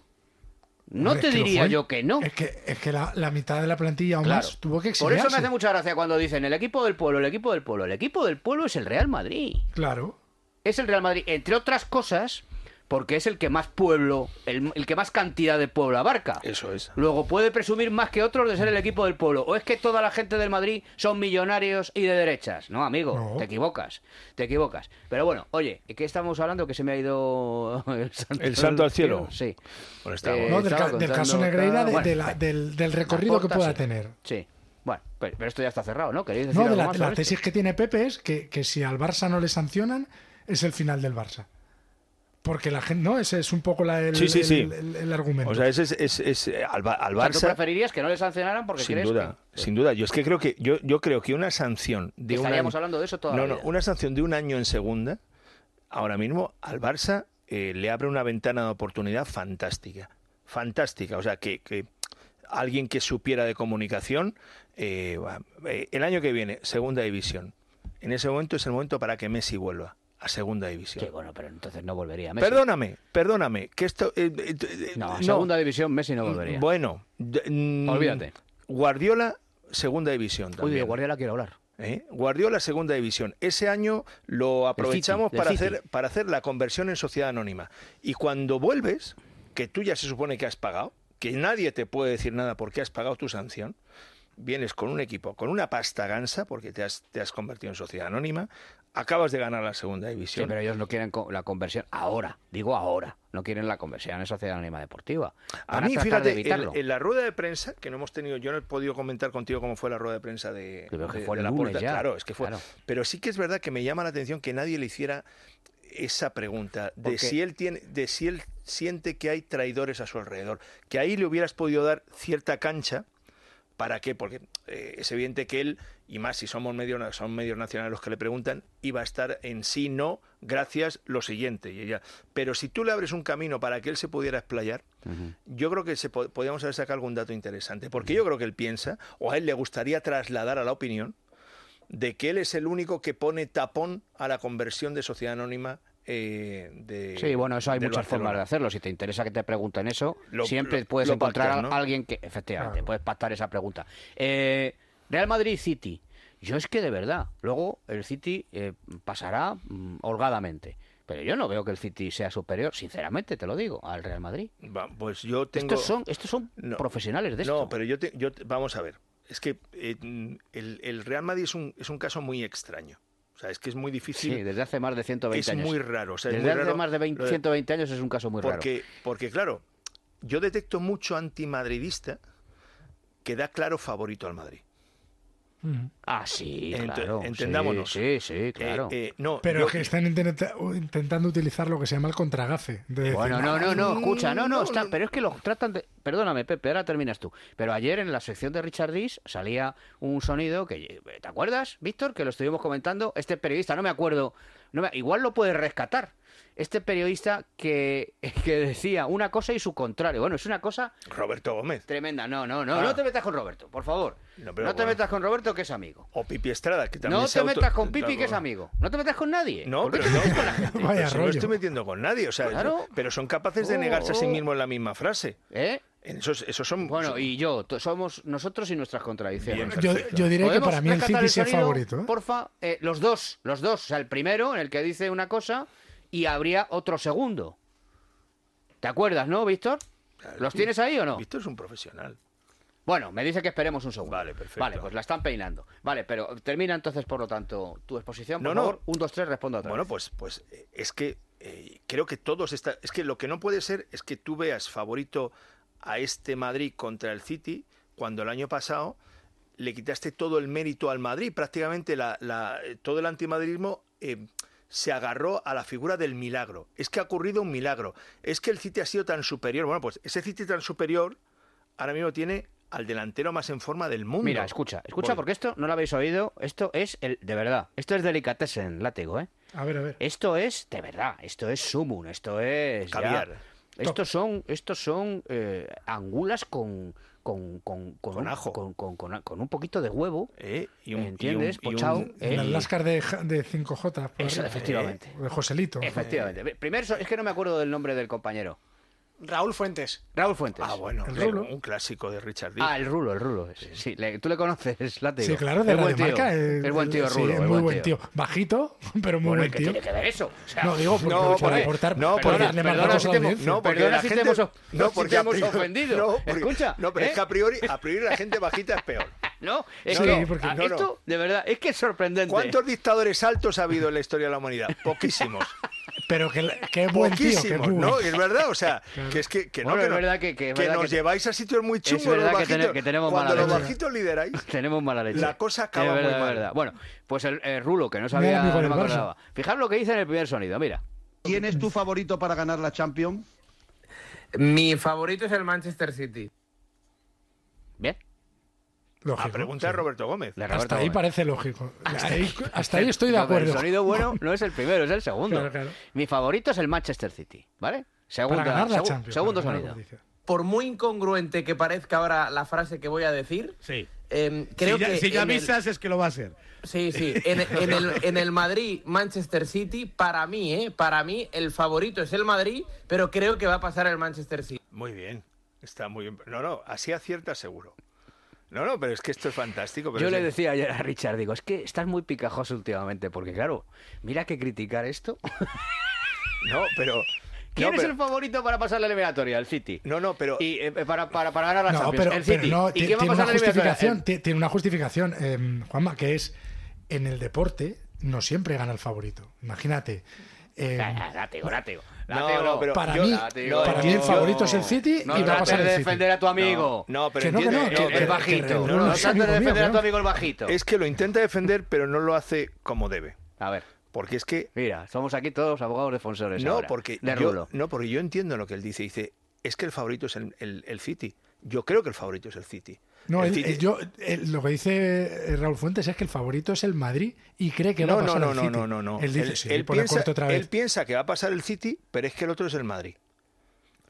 [SPEAKER 4] No
[SPEAKER 6] Hombre,
[SPEAKER 4] te
[SPEAKER 6] es que lo
[SPEAKER 4] diría
[SPEAKER 6] fue.
[SPEAKER 4] yo que no.
[SPEAKER 6] Es que, es que la, la mitad de la plantilla o
[SPEAKER 4] Claro.
[SPEAKER 6] más tuvo que
[SPEAKER 4] Por
[SPEAKER 6] exiliarse.
[SPEAKER 4] eso me hace mucha gracia cuando dicen el equipo del pueblo, el equipo del pueblo. El equipo del pueblo es el Real Madrid.
[SPEAKER 6] Claro.
[SPEAKER 4] Es el Real Madrid, entre otras cosas, porque es el que más pueblo, el, el que más cantidad de pueblo abarca.
[SPEAKER 5] Eso es.
[SPEAKER 4] Luego puede presumir más que otros de ser el equipo del pueblo. O es que toda la gente del Madrid son millonarios y de derechas. No, amigo,
[SPEAKER 6] No.
[SPEAKER 4] te equivocas. Te equivocas. Pero bueno, oye, ¿qué estamos hablando? Que se me ha ido el santo,
[SPEAKER 5] El santo al cielo.
[SPEAKER 4] Sí.
[SPEAKER 5] Bueno, estábamos.
[SPEAKER 4] Eh,
[SPEAKER 6] No, del,
[SPEAKER 4] estaba
[SPEAKER 6] ca- del
[SPEAKER 4] contando-
[SPEAKER 6] caso Negreira, de-
[SPEAKER 4] Bueno,
[SPEAKER 6] de la- del, del recorrido que
[SPEAKER 4] Aporta,
[SPEAKER 6] pueda
[SPEAKER 4] sí.
[SPEAKER 6] tener.
[SPEAKER 4] Sí. Bueno, pero, pero esto ya está cerrado, ¿no? ¿Queréis decir
[SPEAKER 6] No, de
[SPEAKER 4] algo
[SPEAKER 6] la,
[SPEAKER 4] más
[SPEAKER 6] la
[SPEAKER 4] sobre
[SPEAKER 6] tesis que tiene Pepe es que, que si al Barça no le sancionan, es el final del Barça. Porque la gente, ¿no? Ese es un poco la- el,
[SPEAKER 5] Sí, sí, sí.
[SPEAKER 6] el- el- el argumento.
[SPEAKER 5] O sea, ese es, es- es, eh, al, Ba- al
[SPEAKER 4] esto? O sea, ¿tú
[SPEAKER 5] Barça.
[SPEAKER 4] preferirías que no le sancionaran porque
[SPEAKER 5] sin
[SPEAKER 4] crees
[SPEAKER 5] duda,
[SPEAKER 4] que-
[SPEAKER 5] sin duda. Yo es que creo que yo, yo creo que una sanción de un
[SPEAKER 4] Estaríamos
[SPEAKER 5] año-
[SPEAKER 4] hablando de eso toda
[SPEAKER 5] No,
[SPEAKER 4] la
[SPEAKER 5] no,
[SPEAKER 4] vida.
[SPEAKER 5] una sanción de un año en segunda ahora mismo al Barça eh, le abre una ventana de oportunidad fantástica, fantástica. O sea que, que alguien que supiera de comunicación eh, va- eh, el año que viene segunda división. En ese momento es el momento para que Messi vuelva a segunda división.
[SPEAKER 4] Sí, bueno, pero entonces no volvería. Messi.
[SPEAKER 5] Perdóname, perdóname, que esto eh, eh, eh,
[SPEAKER 4] No, a segunda división Messi
[SPEAKER 5] Mm,
[SPEAKER 4] no volvería.
[SPEAKER 5] bueno, d- mm,
[SPEAKER 4] Olvídate.
[SPEAKER 5] Guardiola, segunda división
[SPEAKER 4] Uy, de
[SPEAKER 5] también.
[SPEAKER 4] Guardiola quiero hablar.
[SPEAKER 5] ¿eh? Guardiola, segunda división. Ese año lo aprovechamos
[SPEAKER 4] City, del
[SPEAKER 5] para,
[SPEAKER 4] City.
[SPEAKER 5] hacer, para hacer la conversión en sociedad anónima. Y cuando vuelves, que tú ya se supone que has pagado, que nadie te puede decir nada porque has pagado tu sanción, vienes con un equipo, con una pasta gansa, porque te has, te has convertido en sociedad anónima, acabas de ganar la segunda
[SPEAKER 4] Sí,
[SPEAKER 5] división.
[SPEAKER 4] pero ellos no quieren co- la conversión ahora. Digo ahora. No quieren la conversión en Sociedad Anónima Deportiva.
[SPEAKER 5] A
[SPEAKER 4] Van
[SPEAKER 5] mí,
[SPEAKER 4] tratar
[SPEAKER 5] fíjate,
[SPEAKER 4] de
[SPEAKER 5] en-
[SPEAKER 4] evitarlo.
[SPEAKER 5] En, la rueda de prensa, que no hemos tenido, yo no he podido comentar contigo cómo fue la rueda de prensa de,
[SPEAKER 4] Pero que
[SPEAKER 5] de-
[SPEAKER 4] fue
[SPEAKER 5] de
[SPEAKER 4] el
[SPEAKER 5] la
[SPEAKER 4] lunes
[SPEAKER 5] puerta.
[SPEAKER 4] ya.
[SPEAKER 5] Claro, es que fue.
[SPEAKER 4] Claro.
[SPEAKER 5] Pero sí que es verdad que me llama la atención que nadie le hiciera esa pregunta de
[SPEAKER 4] Porque-
[SPEAKER 5] si él tiene, de si él siente que hay traidores a su alrededor. Que ahí le hubieras podido dar cierta cancha. ¿Para qué? Porque eh, es evidente que él, y más si somos medios, son medios nacionales los que le preguntan, iba a estar en sí, no, gracias, lo siguiente. Y ella, pero si tú le abres un camino para que él se pudiera explayar, yo creo que se po- podríamos haber sacado algún dato interesante. Porque yo creo que él piensa, o a él le gustaría trasladar a la opinión, de que él es el único que pone tapón a la conversión de sociedad anónima. eh, de,
[SPEAKER 4] Sí, bueno, eso hay
[SPEAKER 5] del
[SPEAKER 4] muchas
[SPEAKER 5] Barcelona.
[SPEAKER 4] formas de hacerlo. Si te interesa que te pregunten eso,
[SPEAKER 5] Lo-
[SPEAKER 4] siempre
[SPEAKER 5] lo-
[SPEAKER 4] puedes
[SPEAKER 5] lo
[SPEAKER 4] encontrar
[SPEAKER 5] pactas,
[SPEAKER 4] a
[SPEAKER 5] ¿no?
[SPEAKER 4] alguien que, efectivamente,
[SPEAKER 6] Claro.
[SPEAKER 4] puedes pactar esa pregunta. Eh, Real Madrid City. Yo es que de verdad, luego el City eh, pasará mm, holgadamente. Pero yo no veo que el City sea superior, sinceramente te lo digo, al Real Madrid.
[SPEAKER 5] Va, Pues yo tengo.
[SPEAKER 4] Estos son, estos son
[SPEAKER 5] No.
[SPEAKER 4] profesionales de esto.
[SPEAKER 5] No, pero yo, te- yo te- vamos a ver. Es que eh, el, el Real Madrid es un, es un caso muy extraño. O sea, es que es muy difícil.
[SPEAKER 4] Sí, desde hace más de 120
[SPEAKER 5] es
[SPEAKER 4] años.
[SPEAKER 5] muy raro. o sea, es
[SPEAKER 4] desde
[SPEAKER 5] muy
[SPEAKER 4] hace
[SPEAKER 5] raro
[SPEAKER 4] más de 20,
[SPEAKER 5] lo
[SPEAKER 4] 120 años es un caso muy
[SPEAKER 5] porque, Porque, claro, yo detecto mucho antimadridista que da claro favorito al Madrid.
[SPEAKER 6] Mm.
[SPEAKER 4] raro. Ah, sí,
[SPEAKER 5] Ent-
[SPEAKER 4] claro. sí,
[SPEAKER 5] entendámonos.
[SPEAKER 4] Sí, sí, claro.
[SPEAKER 5] Eh, eh, no,
[SPEAKER 6] Pero
[SPEAKER 5] yo-
[SPEAKER 6] es que están intenta- intentando utilizar lo que se llama el contragafe. de decir,
[SPEAKER 4] Bueno, no, no, no, escucha, no, no,
[SPEAKER 5] No,
[SPEAKER 4] está,
[SPEAKER 5] no.
[SPEAKER 4] pero es que los tratan de... Perdóname, Pepe, ahora terminas tú. Pero ayer en la sección de Richard Rees salía un sonido que... ¿Te acuerdas, Víctor? Que lo estuvimos comentando. Este periodista, no me acuerdo, no me- igual lo puedes rescatar. Este periodista que, que decía una cosa y su contrario. Bueno, es una cosa
[SPEAKER 5] Roberto Gómez
[SPEAKER 4] tremenda. No, no, no,
[SPEAKER 5] Ah.
[SPEAKER 4] no te metas con Roberto, por favor. No,
[SPEAKER 5] No, pero
[SPEAKER 4] te
[SPEAKER 5] bueno.
[SPEAKER 4] metas con Roberto, que es amigo.
[SPEAKER 5] o Pipi Estrada, que también
[SPEAKER 4] No
[SPEAKER 5] se
[SPEAKER 4] te
[SPEAKER 5] auto-
[SPEAKER 4] metas con Pipi, que es amigo. No te metas con nadie.
[SPEAKER 5] No,
[SPEAKER 4] ¿Por qué
[SPEAKER 5] pero
[SPEAKER 4] te
[SPEAKER 5] no,
[SPEAKER 4] metes con la gente?
[SPEAKER 6] Vaya
[SPEAKER 5] Pero si no
[SPEAKER 6] rollo.
[SPEAKER 5] estoy metiendo con nadie, o sea,
[SPEAKER 4] Claro.
[SPEAKER 5] pero son capaces de
[SPEAKER 4] Oh,
[SPEAKER 5] negarse a sí
[SPEAKER 4] oh.
[SPEAKER 5] mismo en la misma frase.
[SPEAKER 4] ¿Eh?
[SPEAKER 5] Esos, esos son
[SPEAKER 4] Bueno, y yo, to- somos nosotros y nuestras
[SPEAKER 5] Bien,
[SPEAKER 4] contradicciones.
[SPEAKER 6] Yo,
[SPEAKER 5] perfecto.
[SPEAKER 6] yo diré que
[SPEAKER 4] ¿Podemos
[SPEAKER 6] para mí el
[SPEAKER 4] rescatar
[SPEAKER 6] City sí es
[SPEAKER 4] sonido,
[SPEAKER 6] favorito. ¿eh?
[SPEAKER 4] Porfa, Eh, los dos, los dos. O sea, el primero en el que dice una cosa y habría otro segundo. ¿Te acuerdas, no, Víctor? ¿Los tienes ahí o no?
[SPEAKER 5] Víctor es un profesional.
[SPEAKER 4] Bueno, me dice que esperemos un segundo.
[SPEAKER 5] Vale, perfecto.
[SPEAKER 4] Vale, pues la están peinando. Vale, pero termina entonces, por lo tanto, tu exposición. Por
[SPEAKER 5] No, no.
[SPEAKER 4] favor, un, dos, tres, respondo otra
[SPEAKER 5] Bueno,
[SPEAKER 4] vez.
[SPEAKER 5] pues, pues eh, es que eh, creo que todos está. Es que lo que no puede ser es que tú veas favorito a este Madrid contra el City cuando el año pasado le quitaste todo el mérito al Madrid. Prácticamente la- la- eh, todo el antimadridismo eh, se agarró a la figura del milagro. Es que ha ocurrido un milagro. Es que el City ha sido tan superior. Bueno, pues ese City tan superior ahora mismo tiene al delantero más en forma del mundo. Pues,
[SPEAKER 4] Mira, escucha, escucha,
[SPEAKER 5] Voy.
[SPEAKER 4] porque esto no lo habéis oído. Esto es el. De verdad, esto es delicatessen, látigo, ¿eh?
[SPEAKER 6] A ver, a ver.
[SPEAKER 4] Esto es, de verdad, esto es sumum, esto es... ya-
[SPEAKER 5] Caviar.
[SPEAKER 4] Estos son, estos son eh, angulas con... Con, con,
[SPEAKER 5] Con
[SPEAKER 4] un,
[SPEAKER 5] ajo.
[SPEAKER 4] Con, con- con- con un poquito de huevo.
[SPEAKER 5] ¿Eh? Y un- y un-
[SPEAKER 4] ¿Entiendes?
[SPEAKER 5] y un-
[SPEAKER 4] Pochao, ¿eh?
[SPEAKER 6] Las lascas de, Ja- de 5J. por
[SPEAKER 4] Eso,
[SPEAKER 6] arriba.
[SPEAKER 4] efectivamente.
[SPEAKER 6] O De Joselito.
[SPEAKER 4] Efectivamente. Primero, so- es que no me acuerdo del nombre del compañero.
[SPEAKER 7] Raúl Fuentes.
[SPEAKER 4] Raúl Fuentes.
[SPEAKER 5] Ah, bueno,
[SPEAKER 7] El
[SPEAKER 5] claro,
[SPEAKER 7] Rulo.
[SPEAKER 5] un clásico de Richard Díaz.
[SPEAKER 4] Ah, el rulo, el rulo. es. Sí, le- tú le conoces, la
[SPEAKER 6] Sí, claro, de
[SPEAKER 4] es buen
[SPEAKER 6] Radio
[SPEAKER 4] tío.
[SPEAKER 6] Marca. eh,
[SPEAKER 4] Es buen tío,
[SPEAKER 6] sí,
[SPEAKER 4] rulo.
[SPEAKER 6] es muy buen tío. Bajito, pero muy
[SPEAKER 4] Bueno, ¿y
[SPEAKER 6] buen
[SPEAKER 4] qué
[SPEAKER 6] tío.
[SPEAKER 4] tiene que ver eso? O sea,
[SPEAKER 6] No, digo, por- por- por
[SPEAKER 4] porque-
[SPEAKER 6] aportar-
[SPEAKER 4] no,
[SPEAKER 6] por darle más
[SPEAKER 4] perdona
[SPEAKER 6] datos
[SPEAKER 4] si
[SPEAKER 6] a la
[SPEAKER 4] te hemos-
[SPEAKER 6] audiencia.
[SPEAKER 4] no, porque
[SPEAKER 5] la
[SPEAKER 4] perdona si te
[SPEAKER 5] gente-
[SPEAKER 4] hemos, no,
[SPEAKER 5] no,
[SPEAKER 4] si te
[SPEAKER 5] a
[SPEAKER 4] hemos
[SPEAKER 5] priori-
[SPEAKER 4] ofendido.
[SPEAKER 5] No, porque-
[SPEAKER 4] Escucha.
[SPEAKER 5] no, pero
[SPEAKER 4] ¿eh?
[SPEAKER 5] es que a priori, a priori la gente bajita es peor.
[SPEAKER 4] No, es
[SPEAKER 5] Sí,
[SPEAKER 4] que
[SPEAKER 5] porque-
[SPEAKER 4] a-
[SPEAKER 5] no, no.
[SPEAKER 4] esto, de verdad, es que es sorprendente.
[SPEAKER 5] ¿Cuántos dictadores altos ha habido en la historia de la humanidad? Poquísimos.
[SPEAKER 6] Pero que, que es buen tío. Que es
[SPEAKER 5] Poquísimos,
[SPEAKER 6] muy
[SPEAKER 5] ¿no?
[SPEAKER 6] buen-
[SPEAKER 5] Es verdad, o sea, que es que, que no,
[SPEAKER 4] Bueno,
[SPEAKER 5] que
[SPEAKER 4] es
[SPEAKER 5] no-
[SPEAKER 4] verdad que- que es verdad
[SPEAKER 5] nos
[SPEAKER 4] que-
[SPEAKER 5] lleváis a sitios muy chungos
[SPEAKER 4] es verdad
[SPEAKER 5] los
[SPEAKER 4] que,
[SPEAKER 5] bajitos.
[SPEAKER 4] ten- que tenemos
[SPEAKER 5] Cuando
[SPEAKER 4] mala
[SPEAKER 5] los
[SPEAKER 4] leche.
[SPEAKER 5] bajitos lideráis,
[SPEAKER 4] Tenemos mala leche.
[SPEAKER 5] La cosa acaba
[SPEAKER 4] Es
[SPEAKER 5] muy
[SPEAKER 4] verdad, es
[SPEAKER 5] mal.
[SPEAKER 4] verdad. Bueno, pues el, el rulo, que no
[SPEAKER 6] era
[SPEAKER 4] sabía,
[SPEAKER 6] amigo
[SPEAKER 4] no
[SPEAKER 6] del
[SPEAKER 4] me
[SPEAKER 6] Barça.
[SPEAKER 4] acordaba. Fijaos lo que dice en el primer sonido, mira.
[SPEAKER 12] ¿Quién es tu favorito para ganar la Champions?
[SPEAKER 13] Mi favorito es el Manchester City.
[SPEAKER 4] Bien.
[SPEAKER 6] Lógico.
[SPEAKER 5] a preguntar a Roberto Gómez.
[SPEAKER 4] de Roberto
[SPEAKER 6] Hasta ahí
[SPEAKER 4] Gómez.
[SPEAKER 6] parece lógico. Hasta ahí, hasta ahí
[SPEAKER 4] Pero-
[SPEAKER 6] estoy de
[SPEAKER 4] no, pero
[SPEAKER 6] acuerdo.
[SPEAKER 4] El sonido bueno no es el primero, es el segundo.
[SPEAKER 6] Claro, claro.
[SPEAKER 4] Mi favorito es el Manchester City, ¿vale? Segunda-
[SPEAKER 6] Para ganar la
[SPEAKER 4] segu-
[SPEAKER 6] Champions,
[SPEAKER 4] segundo
[SPEAKER 6] para ganar la
[SPEAKER 4] sonido.
[SPEAKER 6] competición.
[SPEAKER 13] Por muy incongruente que parezca ahora la frase que voy a decir,
[SPEAKER 14] Sí.
[SPEAKER 13] em, creo
[SPEAKER 14] si ya,
[SPEAKER 13] que.
[SPEAKER 14] si ya
[SPEAKER 13] en el-
[SPEAKER 14] avisas es que lo va a hacer.
[SPEAKER 13] Sí, sí. En, en el, en el Madrid-Manchester City, para mí, ¿eh? Para mí, el favorito es el Madrid, pero creo que va a pasar el Manchester City.
[SPEAKER 5] Muy bien, está muy bien. No, no, así acierta seguro. No, no, pero es que esto es fantástico. pero
[SPEAKER 4] Yo
[SPEAKER 5] es
[SPEAKER 4] le
[SPEAKER 5] que-
[SPEAKER 4] decía ayer a Richard, digo, es que estás muy picajoso últimamente, porque claro, mira que criticar esto.
[SPEAKER 5] No, pero...
[SPEAKER 4] ¿Quién
[SPEAKER 5] no,
[SPEAKER 4] es
[SPEAKER 5] pero-
[SPEAKER 4] el favorito para pasar la eliminatoria? El City.
[SPEAKER 5] No, no, pero...
[SPEAKER 4] Y eh, para, para, para ganar la
[SPEAKER 6] No,
[SPEAKER 4] Champions.
[SPEAKER 6] pero,
[SPEAKER 4] el
[SPEAKER 6] pero
[SPEAKER 4] City.
[SPEAKER 6] no,
[SPEAKER 4] ¿Y
[SPEAKER 6] ti-
[SPEAKER 4] quién va a
[SPEAKER 6] tiene
[SPEAKER 4] pasar
[SPEAKER 6] una
[SPEAKER 4] la eliminatoria?
[SPEAKER 6] justificación, ti- tiene una justificación, eh, Juanma, que es en el deporte no siempre gana el favorito. Imagínate. eh,
[SPEAKER 4] Látigo, látigo.
[SPEAKER 5] No,
[SPEAKER 4] látigo.
[SPEAKER 5] no, pero
[SPEAKER 6] para
[SPEAKER 5] yo-
[SPEAKER 6] mí,
[SPEAKER 5] látigo,
[SPEAKER 6] para mí el
[SPEAKER 5] yo-
[SPEAKER 6] favorito es el City
[SPEAKER 4] No
[SPEAKER 6] y va a
[SPEAKER 4] trates
[SPEAKER 6] pasar
[SPEAKER 4] de
[SPEAKER 6] el City.
[SPEAKER 4] defender a tu amigo.
[SPEAKER 5] No, pero
[SPEAKER 6] Que no, que
[SPEAKER 5] entiende-
[SPEAKER 6] no, que-
[SPEAKER 5] no,
[SPEAKER 4] el
[SPEAKER 5] pero-
[SPEAKER 4] bajito.
[SPEAKER 6] Rulo
[SPEAKER 4] No,
[SPEAKER 6] es
[SPEAKER 4] trates de
[SPEAKER 6] amigo mío,
[SPEAKER 4] defender a tu
[SPEAKER 6] ¿no?
[SPEAKER 4] amigo el bajito.
[SPEAKER 5] Es que lo intenta defender, pero no lo hace como debe.
[SPEAKER 4] A ver,
[SPEAKER 5] Porque es que
[SPEAKER 4] mira, somos aquí todos abogados defensores.
[SPEAKER 5] No,
[SPEAKER 4] Pues ahora,
[SPEAKER 5] porque
[SPEAKER 4] De
[SPEAKER 5] yo,
[SPEAKER 4] Rulo.
[SPEAKER 5] no, porque yo entiendo lo que él dice. Dice, es que el favorito es el, el- el City. Yo creo que el favorito es el City.
[SPEAKER 6] No,
[SPEAKER 5] El
[SPEAKER 6] el-
[SPEAKER 5] City-
[SPEAKER 6] el- yo, el- lo que dice eh, Raúl Fuentes es que el favorito es el Madrid y cree que
[SPEAKER 5] no,
[SPEAKER 6] va a
[SPEAKER 5] no,
[SPEAKER 6] pasar
[SPEAKER 5] no,
[SPEAKER 6] el
[SPEAKER 5] no,
[SPEAKER 6] City.
[SPEAKER 5] no, no, no.
[SPEAKER 6] Él dice,
[SPEAKER 5] Él-
[SPEAKER 6] sí,
[SPEAKER 5] él
[SPEAKER 6] pone
[SPEAKER 5] piensa,
[SPEAKER 6] corto otra
[SPEAKER 5] él
[SPEAKER 6] vez.
[SPEAKER 5] piensa que va a pasar el City, pero es que el otro es el Madrid.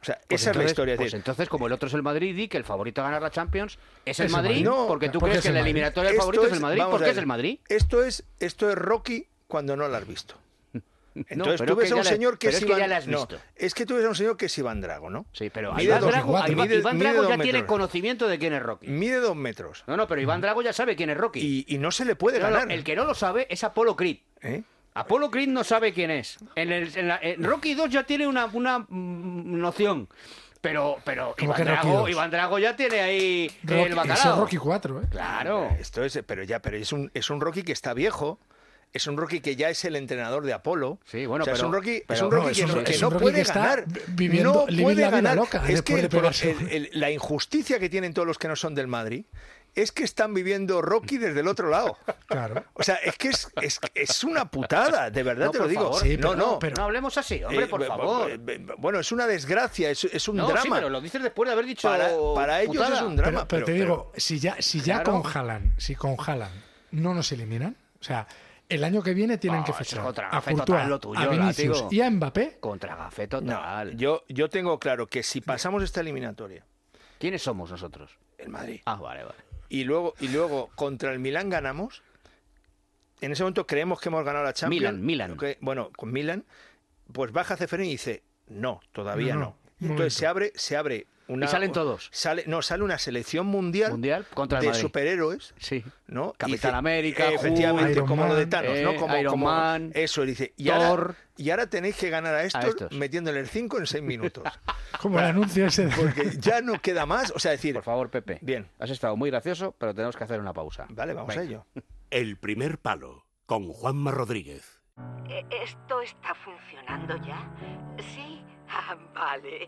[SPEAKER 5] O sea,
[SPEAKER 4] Pues entonces-
[SPEAKER 5] esa es la historia. es
[SPEAKER 4] Pues
[SPEAKER 5] decir,
[SPEAKER 4] entonces, como el otro es el Madrid, di que el favorito a ganar la Champions es el
[SPEAKER 6] Es el
[SPEAKER 4] Madrid,
[SPEAKER 6] Madrid.
[SPEAKER 5] No,
[SPEAKER 4] porque tú
[SPEAKER 6] porque
[SPEAKER 4] crees
[SPEAKER 6] es
[SPEAKER 4] que
[SPEAKER 6] el
[SPEAKER 4] la
[SPEAKER 6] Madrid.
[SPEAKER 4] eliminatoria del
[SPEAKER 5] esto
[SPEAKER 4] fabrito es, el Madrid,
[SPEAKER 5] vamos a
[SPEAKER 4] porque es
[SPEAKER 5] ver,
[SPEAKER 4] el Madrid.
[SPEAKER 5] Esto es, esto es Rocky cuando no lo has visto. Entonces
[SPEAKER 4] pero
[SPEAKER 5] tú
[SPEAKER 4] es que
[SPEAKER 5] ves
[SPEAKER 4] ya
[SPEAKER 5] a un
[SPEAKER 4] la-
[SPEAKER 5] señor que
[SPEAKER 4] pero
[SPEAKER 5] es
[SPEAKER 4] es que ya
[SPEAKER 5] Iván
[SPEAKER 4] la has
[SPEAKER 5] no,
[SPEAKER 4] visto.
[SPEAKER 5] es que tú ves a un señor que es Iván Drago, ¿no?
[SPEAKER 4] Sí, pero
[SPEAKER 5] Mide
[SPEAKER 4] Iván
[SPEAKER 5] dos y
[SPEAKER 4] Drago,
[SPEAKER 5] cuatro,
[SPEAKER 4] Iván-
[SPEAKER 5] mide-
[SPEAKER 4] Iván
[SPEAKER 5] mide
[SPEAKER 4] Drago
[SPEAKER 5] dos
[SPEAKER 4] ya tiene
[SPEAKER 5] metros.
[SPEAKER 4] conocimiento de quién es Rocky.
[SPEAKER 5] Mide dos metros.
[SPEAKER 4] No, no, pero Iván Drago ya sabe quién es Rocky.
[SPEAKER 5] Y, y no se le puede
[SPEAKER 4] No, no,
[SPEAKER 5] ganar.
[SPEAKER 4] el que no lo sabe es Apolo Creed.
[SPEAKER 5] ¿Eh?
[SPEAKER 4] Apolo Creed no sabe quién es. En, el, en la- en Rocky 2 ya tiene una, una mm, noción. Pero, pero
[SPEAKER 6] ¿Cómo
[SPEAKER 4] Iván
[SPEAKER 6] que Rocky
[SPEAKER 4] Drago,
[SPEAKER 6] II?
[SPEAKER 4] Iván Drago ya tiene ahí eh,
[SPEAKER 6] Rocky-
[SPEAKER 4] el
[SPEAKER 6] eso es
[SPEAKER 4] bacalao.
[SPEAKER 6] Rocky 4, ¿eh?
[SPEAKER 4] Claro.
[SPEAKER 5] Esto es, pero ya, pero es un, es un Rocky que está viejo. Es un Rocky que ya es el entrenador de Apolo.
[SPEAKER 4] Sí, bueno,
[SPEAKER 5] O sea, es
[SPEAKER 4] pero-
[SPEAKER 5] un Rocky, es
[SPEAKER 4] pero-
[SPEAKER 5] un Rocky
[SPEAKER 4] no, es
[SPEAKER 5] que,
[SPEAKER 4] un
[SPEAKER 5] no-
[SPEAKER 4] Rocky-
[SPEAKER 5] que
[SPEAKER 4] es
[SPEAKER 5] no
[SPEAKER 6] un Rocky
[SPEAKER 5] puede
[SPEAKER 6] que está
[SPEAKER 5] ganar.
[SPEAKER 6] vi- viviendo-
[SPEAKER 5] no
[SPEAKER 6] vivir
[SPEAKER 5] puede
[SPEAKER 6] la vida
[SPEAKER 5] ganar.
[SPEAKER 6] loca
[SPEAKER 5] es
[SPEAKER 6] después
[SPEAKER 5] que
[SPEAKER 6] de
[SPEAKER 5] el pro-
[SPEAKER 6] pegarse.
[SPEAKER 5] el- el- la injusticia que tienen todos los que no son del Madrid es que están viviendo Rocky desde el otro lado.
[SPEAKER 6] Claro.
[SPEAKER 5] O sea, es que es, es, es una putada, de verdad
[SPEAKER 4] No,
[SPEAKER 5] te lo
[SPEAKER 4] por
[SPEAKER 5] digo.
[SPEAKER 4] favor.
[SPEAKER 6] Sí,
[SPEAKER 5] no,
[SPEAKER 6] pero-
[SPEAKER 5] no.
[SPEAKER 6] pero-
[SPEAKER 4] No hablemos así, hombre,
[SPEAKER 5] Eh,
[SPEAKER 4] por
[SPEAKER 5] b- b-
[SPEAKER 4] favor.
[SPEAKER 5] b- b- Bueno, es una desgracia, es, es un
[SPEAKER 4] no, sí,
[SPEAKER 5] drama.
[SPEAKER 4] pero lo dices después de haber dicho.
[SPEAKER 5] para, para ellos
[SPEAKER 4] putada.
[SPEAKER 5] es un drama.
[SPEAKER 6] pero, pero te digo, si ya, si ya
[SPEAKER 4] Claro.
[SPEAKER 6] con Haaland, si con Haaland no nos eliminan, o sea, el año que viene tienen
[SPEAKER 4] No,
[SPEAKER 6] que
[SPEAKER 4] eso es
[SPEAKER 6] fichar
[SPEAKER 4] otra
[SPEAKER 6] a
[SPEAKER 4] fe total
[SPEAKER 6] Courtois,
[SPEAKER 4] lo tuyo,
[SPEAKER 6] a Vinicius
[SPEAKER 4] látigo.
[SPEAKER 6] y a Mbappé.
[SPEAKER 4] Contra Gafé
[SPEAKER 5] No,
[SPEAKER 4] total.
[SPEAKER 5] yo, yo tengo claro que si pasamos esta eliminatoria,
[SPEAKER 4] ¿Quiénes somos nosotros?
[SPEAKER 5] el Madrid,
[SPEAKER 4] Ah, vale, vale.
[SPEAKER 5] y luego, y luego contra el Milán ganamos, en ese momento creemos que hemos ganado la Champions.
[SPEAKER 4] Milan, Milan.
[SPEAKER 5] Ok, bueno, con Milan, pues baja Ceferín y dice, no, todavía
[SPEAKER 6] No,
[SPEAKER 5] no.
[SPEAKER 6] no, un
[SPEAKER 5] Entonces se abre, se abre una...
[SPEAKER 4] Y salen todos.
[SPEAKER 5] Sale, no, sale una selección mundial,
[SPEAKER 4] Mundial contra el
[SPEAKER 5] de
[SPEAKER 4] Madrid.
[SPEAKER 5] superhéroes.
[SPEAKER 4] Sí.
[SPEAKER 5] ¿no?
[SPEAKER 4] Capitán
[SPEAKER 5] Y dice,
[SPEAKER 4] América,
[SPEAKER 5] eh, efectivamente,
[SPEAKER 6] Hulk,
[SPEAKER 5] como
[SPEAKER 6] Iron
[SPEAKER 5] lo de
[SPEAKER 6] Man,
[SPEAKER 5] Thanos,
[SPEAKER 4] eh,
[SPEAKER 5] ¿no? Como,
[SPEAKER 4] Iron
[SPEAKER 5] como-
[SPEAKER 4] Man,
[SPEAKER 5] eso, y dice, y
[SPEAKER 4] Thor.
[SPEAKER 5] ahora, y ahora tenéis que ganar a estos,
[SPEAKER 4] estos.
[SPEAKER 5] metiéndole el 5 en 6 minutos.
[SPEAKER 6] Como el anuncio ese de...
[SPEAKER 5] Porque ya no queda más. O sea, decir,
[SPEAKER 4] Por favor, Pepe.
[SPEAKER 5] Bien.
[SPEAKER 4] Has estado muy gracioso, pero tenemos que hacer una pausa.
[SPEAKER 5] vale, vamos
[SPEAKER 4] Venga.
[SPEAKER 5] a ello.
[SPEAKER 11] El primer palo con Juanma Rodríguez.
[SPEAKER 15] ¿E- ¿Esto está funcionando ya? Sí. Ah, vale.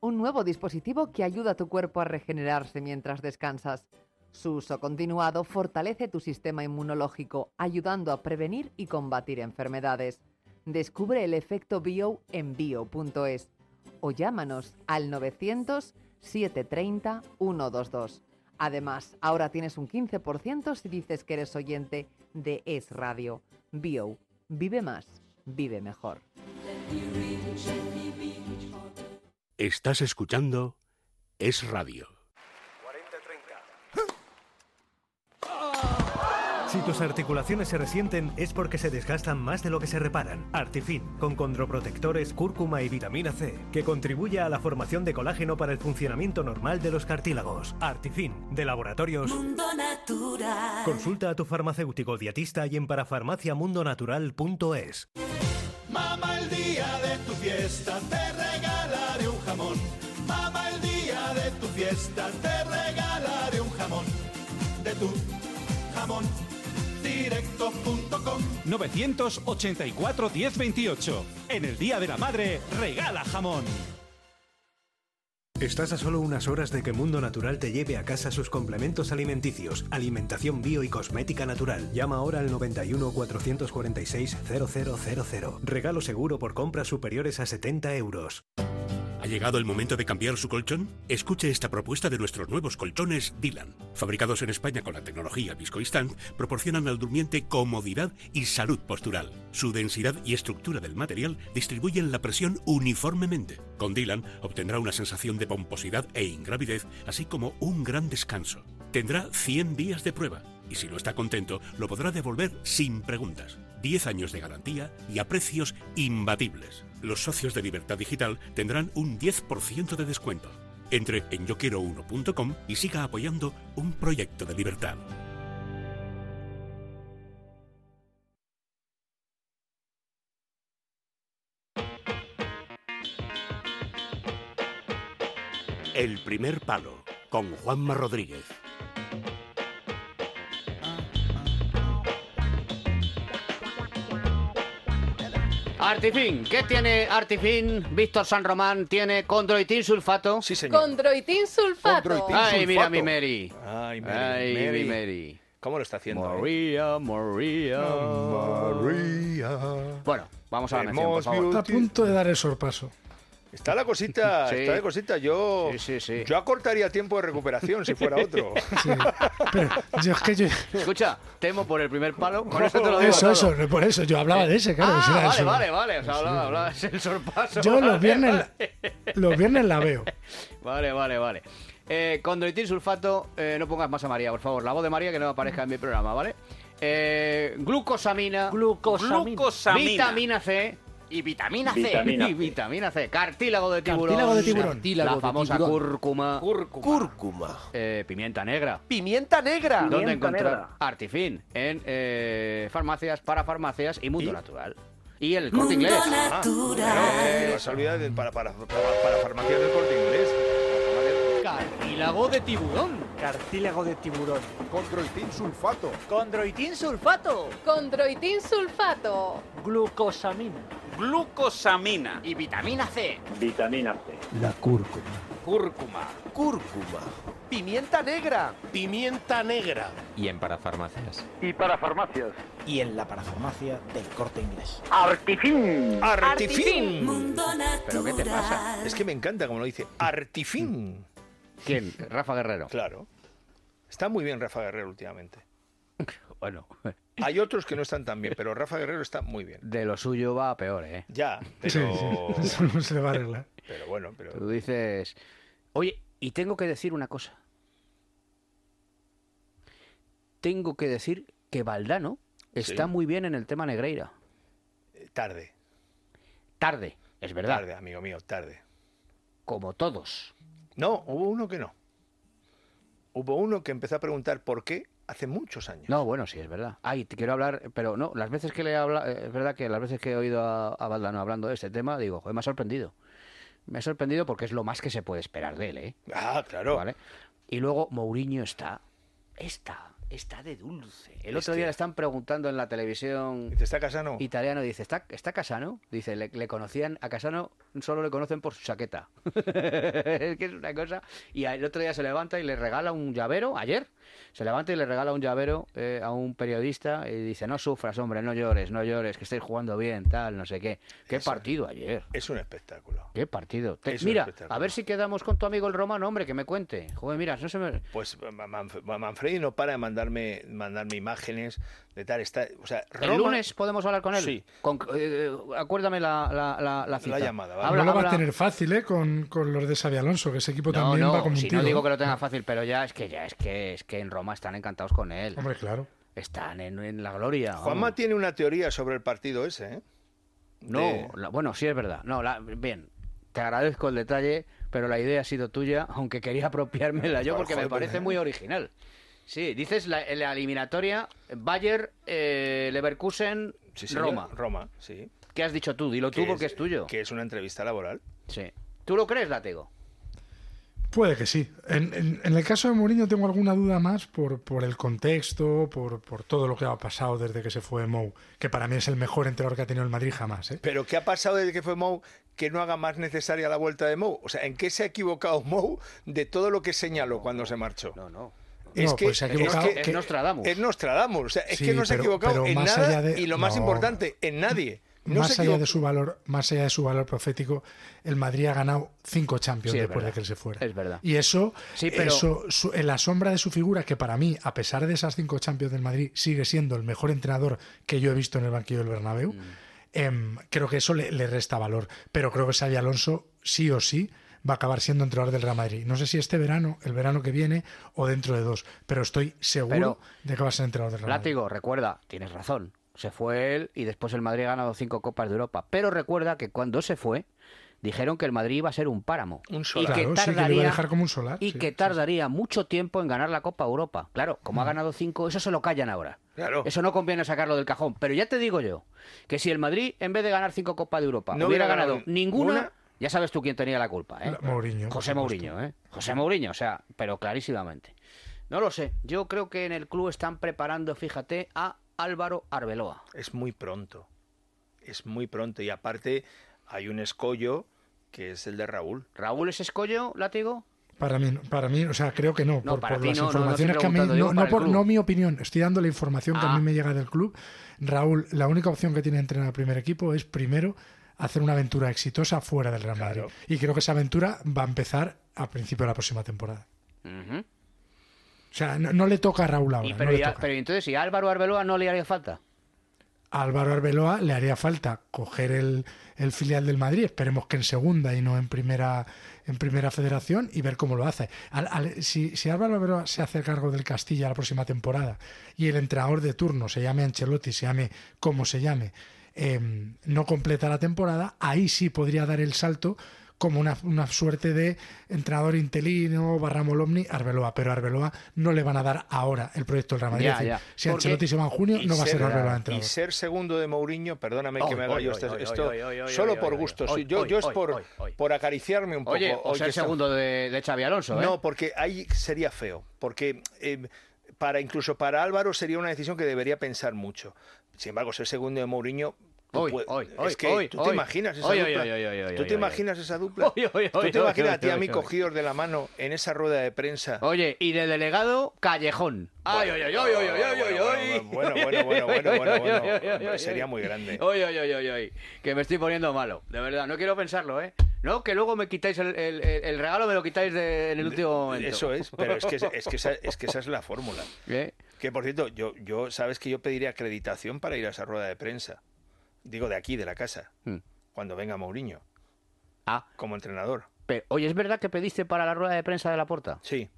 [SPEAKER 16] Un nuevo dispositivo que ayuda a tu cuerpo a regenerarse mientras descansas. Su uso continuado fortalece tu sistema inmunológico, ayudando a prevenir y combatir enfermedades. Descubre el efecto Bio en bio.es o llámanos al 900 730 122. Además, ahora tienes un 15% si dices que eres oyente de Es Radio. Bio, vive más, vive mejor.
[SPEAKER 11] Estás escuchando Es Radio.
[SPEAKER 9] Si tus articulaciones se resienten es porque se desgastan más de lo que se reparan. Artifin, con condroprotectores, cúrcuma y vitamina C, que contribuye a la formación de colágeno para el funcionamiento normal de los cartílagos. Artifin, de laboratorios.
[SPEAKER 14] Natural.
[SPEAKER 9] Consulta a tu farmacéutico dietista y en parafarmaciamundonatural.es.
[SPEAKER 14] Mamá, el día de tu fiesta te regalaré un jamón. Mamá, el día de tu fiesta te regalaré un jamón. De tu jamón. Directo.com
[SPEAKER 17] 984 1028. En el Día de la Madre, regala jamón.
[SPEAKER 9] Estás a solo unas horas de que Mundo Natural te lleve a casa sus complementos alimenticios, alimentación bio y cosmética natural. Llama ahora al 91 446 0000. Regalo seguro por compras superiores a 70 euros.
[SPEAKER 11] ¿Ha llegado el momento de cambiar su colchón? Escuche esta propuesta de nuestros nuevos colchones Dylan. Fabricados en España con la tecnología Visco Instant, proporcionan al durmiente comodidad y salud postural. Su densidad y estructura del material distribuyen la presión uniformemente. Con Dylan obtendrá una sensación de pomposidad e ingravidez, así como un gran descanso. Tendrá 100 días de prueba y si no está contento, lo podrá devolver sin preguntas. 10 años de garantía y a precios imbatibles. Los socios de Libertad Digital tendrán un 10% de descuento. Entre en yoquiero1.com y siga apoyando un proyecto de libertad. El primer palo con Juanma Rodríguez.
[SPEAKER 4] Artifin, ¿qué tiene Artifin? Víctor San Román tiene condroitin sulfato. Sí,
[SPEAKER 18] Condroitin sulfato.
[SPEAKER 4] Ay, mira mi Mary.
[SPEAKER 5] Ay, Mary.
[SPEAKER 4] Ay,
[SPEAKER 5] Mary.
[SPEAKER 4] mi Mary.
[SPEAKER 5] ¿Cómo lo está haciendo? eh?
[SPEAKER 4] María, María. Bueno, vamos a la mención, por
[SPEAKER 5] Hermoso,
[SPEAKER 4] favor.
[SPEAKER 6] Está a punto de dar el sorpaso.
[SPEAKER 5] Está la cosita,
[SPEAKER 6] Sí.
[SPEAKER 5] está la cosita. Yo, yo acortaría el tiempo de recuperación si fuera otro.
[SPEAKER 6] Yo es que yo-
[SPEAKER 4] Escucha, temo por el primer palo. Con eso te lo digo.
[SPEAKER 6] Oh, eso,
[SPEAKER 4] todo.
[SPEAKER 6] eso, por eso, yo hablaba de ese, claro.
[SPEAKER 4] Ah,
[SPEAKER 6] si era
[SPEAKER 4] vale,
[SPEAKER 6] eso.
[SPEAKER 4] vale, vale. O sea, hablaba, hablaba, es el sorpaso.
[SPEAKER 6] Yo
[SPEAKER 4] Vale,
[SPEAKER 6] los viernes, la-
[SPEAKER 4] vale.
[SPEAKER 6] los viernes la veo.
[SPEAKER 4] Vale, vale, vale. Eh, condroitin sulfato, eh, no pongas más a María, por favor. La voz de María que no aparezca en mi programa, ¿vale? Eh, glucosamina,
[SPEAKER 19] Glucosamina. Glucosamina.
[SPEAKER 4] vitamina C y vitamina C.
[SPEAKER 19] Vitamina
[SPEAKER 4] Y
[SPEAKER 19] C.
[SPEAKER 4] vitamina C. Cartílago de tiburón.
[SPEAKER 19] Cartílago de tiburón. Cartílago
[SPEAKER 4] La
[SPEAKER 19] de
[SPEAKER 4] famosa
[SPEAKER 19] tiburón.
[SPEAKER 4] cúrcuma.
[SPEAKER 19] Cúrcuma.
[SPEAKER 4] Eh, pimienta negra.
[SPEAKER 19] Pimienta negra.
[SPEAKER 4] ¿Dónde encontrar Artifin? En eh, farmacias, para farmacias y Mundo Natural. Y el corte inglés.
[SPEAKER 5] Ah, Eh, no se olvida de- para, para, para, para farmacias del corte inglés.
[SPEAKER 4] Cartílago de tiburón.
[SPEAKER 19] Cartílago de tiburón.
[SPEAKER 12] Condroitin sulfato.
[SPEAKER 19] Condroitin sulfato.
[SPEAKER 18] Condroitin sulfato.
[SPEAKER 19] Glucosamina. Glucosamina.
[SPEAKER 4] Y vitamina C.
[SPEAKER 19] Vitamina C.
[SPEAKER 20] La cúrcuma.
[SPEAKER 19] Cúrcuma. Cúrcuma. Pimienta negra. Pimienta negra.
[SPEAKER 20] Y en parafarmacias.
[SPEAKER 19] Y para farmacias.
[SPEAKER 20] Y en la parafarmacia del corte inglés.
[SPEAKER 5] Artifin.
[SPEAKER 19] Artifin.
[SPEAKER 5] Artifin.
[SPEAKER 19] Mundo
[SPEAKER 5] ¿Pero qué te pasa? Es que me encanta como lo dice. Artifin.
[SPEAKER 4] ¿Quién? Rafa Guerrero.
[SPEAKER 5] Claro. Está muy bien Rafa Guerrero últimamente.
[SPEAKER 4] Bueno,
[SPEAKER 5] Hay otros que no están tan bien, pero Rafa Guerrero está muy bien.
[SPEAKER 4] de lo suyo va a peor, ¿eh?
[SPEAKER 5] Ya,
[SPEAKER 6] Sí,
[SPEAKER 5] pero,
[SPEAKER 6] sí, eso no se va a arreglar.
[SPEAKER 5] pero bueno, pero
[SPEAKER 4] Tú dices, oye, y tengo que decir una cosa. Tengo que decir que Valdano está
[SPEAKER 5] Sí.
[SPEAKER 4] muy bien en el tema Negreira.
[SPEAKER 5] eh, tarde.
[SPEAKER 4] Tarde, es verdad.
[SPEAKER 5] Tarde, amigo mío, tarde.
[SPEAKER 4] Como todos.
[SPEAKER 5] No, hubo uno que no. Hubo uno que empezó a preguntar por qué hace muchos años.
[SPEAKER 4] No, bueno, sí, es verdad. Ay, te quiero hablar, pero no, las veces que le habla, eh, es verdad que las veces que he oído a, a Valdano hablando de este tema, digo, joder, me ha sorprendido. Me ha sorprendido porque es lo más que se puede esperar de él, ¿eh?
[SPEAKER 5] Ah, claro.
[SPEAKER 4] Y luego Mourinho está, está, está de dulce. El
[SPEAKER 5] Hostia.
[SPEAKER 4] otro día le están preguntando en la televisión.
[SPEAKER 5] ¿Está Casano?
[SPEAKER 4] Italiano dice, ¿está, está Casano? Dice, le, le conocían, a Casano solo le conocen por su chaqueta. es que es una cosa. Y el otro día se levanta y le regala un llavero, ayer, se levanta y le regala un llavero eh, a un periodista y dice, no sufras, hombre, no llores, no llores, que estáis jugando bien, tal, no sé qué. ¿Qué partido ayer?
[SPEAKER 5] Es un espectáculo.
[SPEAKER 4] ¿Qué partido? Te-
[SPEAKER 5] Es un
[SPEAKER 4] mira,
[SPEAKER 5] espectáculo.
[SPEAKER 4] a ver si quedamos con tu amigo el romano, hombre, que me cuente. Joder, mira, no se me...
[SPEAKER 5] Pues Ma- Manf- Ma- Manfredi no para de mandarme, mandarme imágenes de tal. Está, o sea, Roma-
[SPEAKER 4] El lunes podemos hablar con él.
[SPEAKER 5] Sí.
[SPEAKER 4] Con- eh, acuérdame la, la, la, la cita.
[SPEAKER 5] llamada,
[SPEAKER 4] Habla-
[SPEAKER 6] no lo va
[SPEAKER 4] habla-
[SPEAKER 6] a tener fácil, ¿eh? Con, con los de Xavi Alonso, que ese equipo también va como un
[SPEAKER 4] si
[SPEAKER 6] tiro.
[SPEAKER 4] no digo que
[SPEAKER 6] ¿eh?
[SPEAKER 4] lo tenga fácil, pero ya es que ya es que es que en Roma están encantados con él.
[SPEAKER 6] Hombre, claro.
[SPEAKER 4] Están en, en la gloria. vamos.
[SPEAKER 5] Juanma tiene una teoría sobre el partido ese, ¿eh?
[SPEAKER 4] no,
[SPEAKER 5] de-
[SPEAKER 4] la- bueno, sí es verdad. No, la- bien. Te agradezco el detalle, pero la idea ha sido tuya, aunque quería apropiármela yo porque me
[SPEAKER 5] Joder,
[SPEAKER 4] parece
[SPEAKER 5] pero-
[SPEAKER 4] muy original. Sí, dices la, la eliminatoria Bayer, eh, Leverkusen,
[SPEAKER 5] Sí, señor.
[SPEAKER 4] Roma.
[SPEAKER 5] Roma, sí.
[SPEAKER 4] ¿Qué has dicho tú? Dilo tú
[SPEAKER 5] Que
[SPEAKER 4] porque
[SPEAKER 5] es-
[SPEAKER 4] es tuyo.
[SPEAKER 5] Que es una entrevista laboral.
[SPEAKER 4] Sí. ¿Tú lo crees, Látego?
[SPEAKER 6] Puede que sí. En, en- en el caso de Mourinho tengo alguna duda más por, por el contexto, por, por todo lo que ha pasado desde que se fue Mou, que para mí es el mejor entrenador que ha tenido el Madrid jamás. ¿eh?
[SPEAKER 5] Pero ¿qué ha pasado desde que fue Mou que no haga más necesaria la vuelta de Mou? O sea, ¿en qué se ha equivocado Mou de todo lo que señaló cuando se marchó?
[SPEAKER 4] No, no.
[SPEAKER 5] Es
[SPEAKER 6] No,
[SPEAKER 5] que
[SPEAKER 6] pues se ha equivocado
[SPEAKER 5] es que,
[SPEAKER 6] que- Es
[SPEAKER 4] Nostradamus.
[SPEAKER 5] Es Nostradamus. O sea, es
[SPEAKER 6] Sí,
[SPEAKER 5] que no se ha
[SPEAKER 6] pero-
[SPEAKER 5] equivocado
[SPEAKER 6] pero
[SPEAKER 5] en
[SPEAKER 6] más
[SPEAKER 5] nada
[SPEAKER 6] allá de-
[SPEAKER 5] y lo más
[SPEAKER 6] no.
[SPEAKER 5] importante, en nadie. No
[SPEAKER 6] más
[SPEAKER 5] se
[SPEAKER 6] allá
[SPEAKER 5] equivo-
[SPEAKER 6] de su valor, más allá de su valor profético, el Madrid ha ganado cinco Champions
[SPEAKER 4] Sí, es
[SPEAKER 6] después de
[SPEAKER 4] verdad.
[SPEAKER 6] que él se fuera.
[SPEAKER 4] Es verdad.
[SPEAKER 6] Y eso,
[SPEAKER 4] Sí, pero-
[SPEAKER 6] eso su- en la sombra de su figura, que para mí, a pesar de esas cinco Champions del Madrid, sigue siendo el mejor entrenador que yo he visto en el banquillo del
[SPEAKER 4] Mm.
[SPEAKER 6] Bernabéu, em, creo que eso le, le resta valor. Pero creo que Xavi Alonso, sí o sí, va a acabar siendo entrenador del Real Madrid. No sé si este verano, el verano que viene o dentro de dos, pero estoy seguro
[SPEAKER 4] Pero-
[SPEAKER 6] de que va a ser entrenador del Real Madrid.
[SPEAKER 4] Látigo, recuerda, tienes razón. Se fue él y después el Madrid ha ganado cinco Copas de Europa. Pero recuerda que cuando se fue, dijeron que el Madrid iba a ser un páramo.
[SPEAKER 5] Un
[SPEAKER 4] y
[SPEAKER 5] solar.
[SPEAKER 4] que
[SPEAKER 6] Claro, sí, que
[SPEAKER 4] tardaría,
[SPEAKER 6] le iba a dejar como un solar.
[SPEAKER 4] y
[SPEAKER 6] sí. Mm.
[SPEAKER 4] que tardaría mucho tiempo en ganar la Copa Europa. Claro, como ha ganado cinco, eso se lo callan ahora.
[SPEAKER 5] Claro.
[SPEAKER 4] Eso no conviene sacarlo del cajón. Pero ya te digo yo, que si el Madrid, en vez de ganar cinco Copas de Europa,
[SPEAKER 5] No
[SPEAKER 4] hubiera
[SPEAKER 5] hubiera
[SPEAKER 4] ganado
[SPEAKER 5] ganado
[SPEAKER 4] ninguna,
[SPEAKER 5] ninguna,
[SPEAKER 4] ya sabes tú quién tenía la culpa. ¿eh?
[SPEAKER 6] La- Mourinho, por
[SPEAKER 4] José
[SPEAKER 6] supuesto.
[SPEAKER 4] Mourinho, ¿eh? José Mourinho, o sea, pero clarísimamente. No lo sé. Yo creo que en el club están preparando, fíjate, a Álvaro Arbeloa.
[SPEAKER 5] Es muy pronto. Es muy pronto. Y aparte, hay un escollo que es el de Raúl.
[SPEAKER 4] ¿Raúl es escollo, látigo?
[SPEAKER 6] Para mí, no- para mí, o sea, creo que no.
[SPEAKER 4] No,
[SPEAKER 6] por,
[SPEAKER 4] para
[SPEAKER 6] por
[SPEAKER 4] ti
[SPEAKER 6] las
[SPEAKER 4] no, no, no
[SPEAKER 6] informaciones
[SPEAKER 4] estoy
[SPEAKER 6] que a mí,
[SPEAKER 4] preguntando, digo,
[SPEAKER 6] no,
[SPEAKER 4] para
[SPEAKER 6] no
[SPEAKER 4] el
[SPEAKER 6] por-
[SPEAKER 4] club.
[SPEAKER 6] no mi opinión, estoy dando la información que a
[SPEAKER 4] Ah.
[SPEAKER 6] mí me llega del club. Raúl, la única opción que tiene de entrenar al primer equipo es primero hacer una aventura exitosa fuera del Real Madrid. Y creo que esa aventura va a empezar a principio de la próxima temporada.
[SPEAKER 4] Ujú.
[SPEAKER 6] O sea, no, no le toca a Raúl ahora.
[SPEAKER 4] y,
[SPEAKER 6] no
[SPEAKER 4] pero,
[SPEAKER 6] le
[SPEAKER 4] ya-
[SPEAKER 6] toca.
[SPEAKER 4] pero entonces, si a Álvaro Arbeloa no le haría falta?
[SPEAKER 6] A Álvaro Arbeloa le haría falta coger el, el filial del Madrid, esperemos que en segunda y no en primera en primera federación y ver cómo lo hace. Al- al- si, si Álvaro Arbeloa se hace cargo del Castilla la próxima temporada y el entrenador de turno se llame Ancelotti, se llame como se llame, em, no completa la temporada, ahí sí podría dar el salto como una, una suerte de entrenador interino barra Molomni, Arbeloa, pero a Arbeloa no le van a dar ahora el proyecto del Real Madrid.
[SPEAKER 4] Ya,
[SPEAKER 6] Es decir,
[SPEAKER 4] ya.
[SPEAKER 6] Si
[SPEAKER 4] Porque-
[SPEAKER 6] Ancelotti se va en junio,
[SPEAKER 5] Y
[SPEAKER 6] no va a ser
[SPEAKER 5] ser-
[SPEAKER 6] Arbeloa el
[SPEAKER 5] Y
[SPEAKER 6] entrenador.
[SPEAKER 5] ser segundo de Mourinho, perdóname que
[SPEAKER 4] Oy,
[SPEAKER 5] me haga
[SPEAKER 4] oy,
[SPEAKER 5] yo
[SPEAKER 4] oy,
[SPEAKER 5] este-
[SPEAKER 4] oy,
[SPEAKER 5] esto,
[SPEAKER 4] oy, oy, oy,
[SPEAKER 5] solo
[SPEAKER 4] oy,
[SPEAKER 5] por
[SPEAKER 4] oy,
[SPEAKER 5] gusto.
[SPEAKER 4] oy,
[SPEAKER 5] sí, yo
[SPEAKER 4] oy,
[SPEAKER 5] yo es
[SPEAKER 4] oy,
[SPEAKER 5] por,
[SPEAKER 4] oy, oy.
[SPEAKER 5] por acariciarme un
[SPEAKER 4] Oye,
[SPEAKER 5] poco.
[SPEAKER 4] o
[SPEAKER 5] hoy
[SPEAKER 4] ser
[SPEAKER 5] que está-
[SPEAKER 4] segundo de, de Xavi Alonso, ¿eh?
[SPEAKER 5] No, porque ahí sería feo. Porque eh, para incluso para Álvaro sería una decisión que debería pensar mucho. Sin embargo, ser segundo de Mourinho. tú
[SPEAKER 4] Hoy,
[SPEAKER 5] pue-
[SPEAKER 4] hoy,
[SPEAKER 5] es
[SPEAKER 4] hoy,
[SPEAKER 5] que
[SPEAKER 4] hoy,
[SPEAKER 5] tú te
[SPEAKER 4] hoy.
[SPEAKER 5] imaginas esa
[SPEAKER 4] Hoy, hoy,
[SPEAKER 5] dupla.
[SPEAKER 4] hoy, hoy, hoy,
[SPEAKER 5] tú
[SPEAKER 4] hoy,
[SPEAKER 5] te
[SPEAKER 4] hoy,
[SPEAKER 5] imaginas esa dupla.
[SPEAKER 4] Hoy, hoy,
[SPEAKER 5] tú
[SPEAKER 4] hoy,
[SPEAKER 5] te
[SPEAKER 4] hoy,
[SPEAKER 5] imaginas
[SPEAKER 4] hoy,
[SPEAKER 5] a ti y a
[SPEAKER 4] hoy,
[SPEAKER 5] mí
[SPEAKER 4] hoy.
[SPEAKER 5] cogidos de la mano en esa rueda de prensa.
[SPEAKER 4] Oye, y de delegado, Callejón. Ay, ay, ay, ay, ay, ay, ay, ay.
[SPEAKER 5] Bueno, bueno, bueno, bueno, bueno, bueno. Hombre, Sería muy grande.
[SPEAKER 4] Oye, oye, oye, oye, que me estoy poniendo malo, de verdad, no quiero pensarlo, ¿eh? No, que luego me quitáis el, el- el- el regalo, me lo quitáis de- en el último momento.
[SPEAKER 5] Eso es, pero es que, es que, esa, es que esa es la fórmula.
[SPEAKER 4] ¿Eh?
[SPEAKER 5] Que por cierto, yo, yo sabes que yo pediría acreditación para ir a esa rueda de prensa. Digo, de aquí, de la casa.
[SPEAKER 4] Hmm.
[SPEAKER 5] Cuando venga Mourinho.
[SPEAKER 4] Ah.
[SPEAKER 5] Como entrenador.
[SPEAKER 4] Pero, oye, ¿es verdad que pediste para la rueda de prensa de la puerta?
[SPEAKER 5] Sí,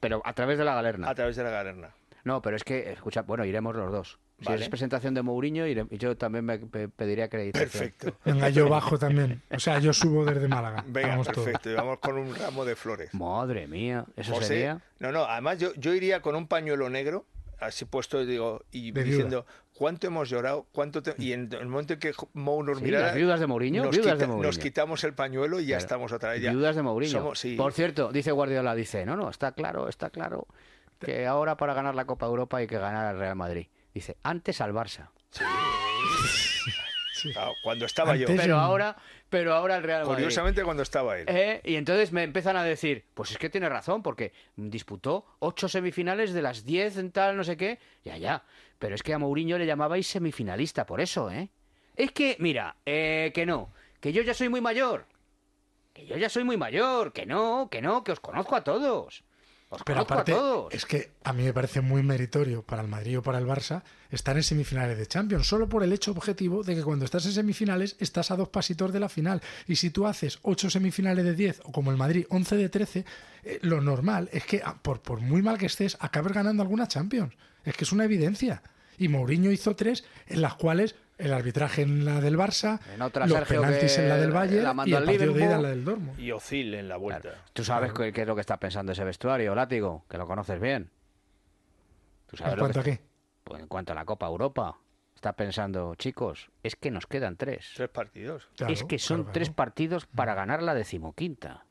[SPEAKER 4] Pero a través de la galerna.
[SPEAKER 5] a través de la galerna.
[SPEAKER 4] No, pero es que, escucha, bueno, iremos los dos. Si
[SPEAKER 5] Vale.
[SPEAKER 4] es presentación de Mourinho, iré- yo también me pe- pediría acreditación.
[SPEAKER 5] Perfecto.
[SPEAKER 6] Venga, yo bajo también. O sea, yo subo desde Málaga.
[SPEAKER 5] Venga,
[SPEAKER 6] Vamos todos.
[SPEAKER 5] perfecto. Y vamos con un ramo de flores.
[SPEAKER 4] Madre mía, eso
[SPEAKER 5] José-
[SPEAKER 4] sería.
[SPEAKER 5] No, no, además yo, yo iría con un pañuelo negro, así puesto, digo, y
[SPEAKER 6] De viuda.
[SPEAKER 5] diciendo, ¿cuánto hemos llorado? ¿Cuánto te-?" Y en el momento en que Mou nos
[SPEAKER 4] Sí,
[SPEAKER 5] mirara,
[SPEAKER 4] las viudas de Mourinho,
[SPEAKER 5] nos,
[SPEAKER 4] viudas de
[SPEAKER 5] nos
[SPEAKER 4] Mourinho.
[SPEAKER 5] quitamos el pañuelo y ya
[SPEAKER 4] Claro.
[SPEAKER 5] estamos otra vez. ya.
[SPEAKER 4] Viudas de Mourinho.
[SPEAKER 5] Somos- sí.
[SPEAKER 4] Por cierto, dice Guardiola, dice, no, no, está claro, está claro que ahora para ganar la Copa Europa hay que ganar al Real Madrid. Dice, antes al Barça.
[SPEAKER 5] Ah, Cuando estaba yo.
[SPEAKER 4] Pero ahora, pero ahora el Real Madrid.
[SPEAKER 5] Curiosamente cuando estaba él.
[SPEAKER 4] Eh, y entonces me empiezan a decir, pues es que tiene razón, porque disputó ocho semifinales de las diez en tal, no sé qué. Ya, ya. Pero es que a Mourinho le llamabais semifinalista por eso, ¿eh? Es que, mira, eh, que no, que yo ya soy muy mayor. Que yo ya soy muy mayor, que no, que no, que os conozco a todos. Os
[SPEAKER 6] Pero
[SPEAKER 4] conozco
[SPEAKER 6] aparte,
[SPEAKER 4] a todos.
[SPEAKER 6] es que a mí me parece muy meritorio para el Madrid o para el Barça estar en semifinales de Champions, solo por el hecho objetivo de que cuando estás en semifinales estás a dos pasitos de la final. Y si tú haces ocho semifinales de 10 o como el Madrid 11 de 13, eh, lo normal es que ah, por, por muy mal que estés, acabes ganando alguna Champions. Es que es una evidencia. Y Mourinho hizo tres en las cuales el arbitraje en la del Barça,
[SPEAKER 4] En otra,
[SPEAKER 6] los
[SPEAKER 4] Sergio,
[SPEAKER 6] penaltis
[SPEAKER 4] que
[SPEAKER 6] en la del
[SPEAKER 4] la
[SPEAKER 6] Valle
[SPEAKER 4] mandó
[SPEAKER 6] y el
[SPEAKER 4] al
[SPEAKER 6] partido de ida en
[SPEAKER 4] Liverpool.
[SPEAKER 6] la del Dortmund.
[SPEAKER 5] Y Ozil en la vuelta.
[SPEAKER 4] Tú sabes qué, qué es lo que está pensando ese vestuario, Látigo, que lo conoces bien. ¿Tú sabes
[SPEAKER 6] ¿En
[SPEAKER 4] lo que
[SPEAKER 6] cuanto a
[SPEAKER 4] está-
[SPEAKER 6] qué?
[SPEAKER 4] Pues en cuanto a la Copa Europa, está pensando, chicos, es que nos quedan tres.
[SPEAKER 5] Tres partidos.
[SPEAKER 4] es que son tres partidos
[SPEAKER 5] Mm.
[SPEAKER 4] para ganar la decimoquinta.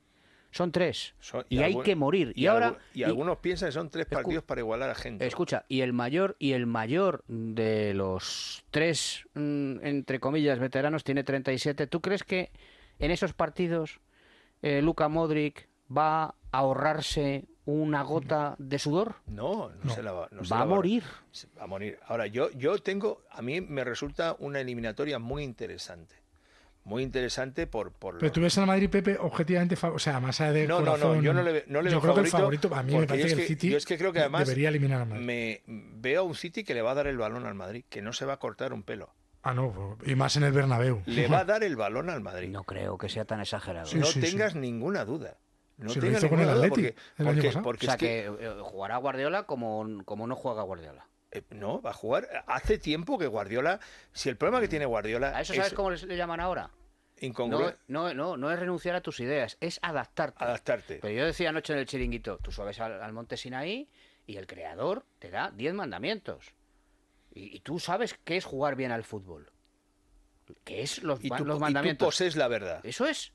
[SPEAKER 4] Son tres. y hay
[SPEAKER 5] algún-
[SPEAKER 4] que morir. Y,
[SPEAKER 5] algu-
[SPEAKER 4] ahora.
[SPEAKER 5] y algunos piensan que son tres partidos para igualar a gente.
[SPEAKER 4] Escucha, y el mayor, y el mayor de los tres, mm, entre comillas, veteranos, tiene 37. ¿Tú crees que en esos partidos eh, Luka Modric va a ahorrarse
[SPEAKER 5] Mm.
[SPEAKER 4] una gota de sudor?
[SPEAKER 5] No, no, se la va, no se
[SPEAKER 4] Va
[SPEAKER 5] la
[SPEAKER 4] a morir.
[SPEAKER 5] Se- Va a morir. Ahora, yo, yo tengo, a mí me resulta una eliminatoria muy interesante. Muy interesante por... por
[SPEAKER 6] Pero
[SPEAKER 5] lo-
[SPEAKER 6] tú ves al Madrid Pepe objetivamente favorito. O sea, más allá de.
[SPEAKER 5] No, no,
[SPEAKER 6] corazón,
[SPEAKER 5] no, yo no le ve- no le
[SPEAKER 6] Yo
[SPEAKER 5] veo
[SPEAKER 6] creo que el
[SPEAKER 5] favorito
[SPEAKER 6] favorito, a mí me
[SPEAKER 5] porque
[SPEAKER 6] parece
[SPEAKER 5] yo
[SPEAKER 6] que
[SPEAKER 5] es
[SPEAKER 6] el
[SPEAKER 5] que-
[SPEAKER 6] City
[SPEAKER 5] yo es que creo que además
[SPEAKER 6] debería eliminar al Madrid.
[SPEAKER 5] Me veo a un City que le va a dar el balón al Madrid, que no se va a cortar un pelo.
[SPEAKER 6] Ah, no, y más en el Bernabéu.
[SPEAKER 5] Le va a dar el balón al Madrid.
[SPEAKER 4] No creo que sea tan exagerado. ¿eh?
[SPEAKER 5] no tengas ninguna duda. No
[SPEAKER 6] Se lo
[SPEAKER 5] tengas
[SPEAKER 6] hizo con
[SPEAKER 5] ninguna
[SPEAKER 6] el
[SPEAKER 5] duda
[SPEAKER 6] Atleti el año pasado.
[SPEAKER 5] porque
[SPEAKER 4] o sea,
[SPEAKER 5] es que-
[SPEAKER 4] que, eh, jugará Guardiola como, como no juega Guardiola.
[SPEAKER 5] Eh, no, va a jugar. Hace tiempo que Guardiola. Si el problema que tiene Guardiola.
[SPEAKER 4] ¿A eso sabes
[SPEAKER 5] es
[SPEAKER 4] cómo les- le llaman ahora? No,
[SPEAKER 5] incongru-
[SPEAKER 4] no, eh. no, no es renunciar a tus ideas, es adaptarte.
[SPEAKER 5] Adaptarte.
[SPEAKER 4] Pero yo decía anoche en el chiringuito, tú subes al, al monte Sinaí y el creador te da 10 mandamientos. Y, y tú sabes qué es jugar bien al fútbol. Que es los,
[SPEAKER 5] Y
[SPEAKER 4] ma-
[SPEAKER 5] tú,
[SPEAKER 4] los
[SPEAKER 5] y tú
[SPEAKER 4] mandamientos.
[SPEAKER 5] posees la verdad.
[SPEAKER 4] Eso es.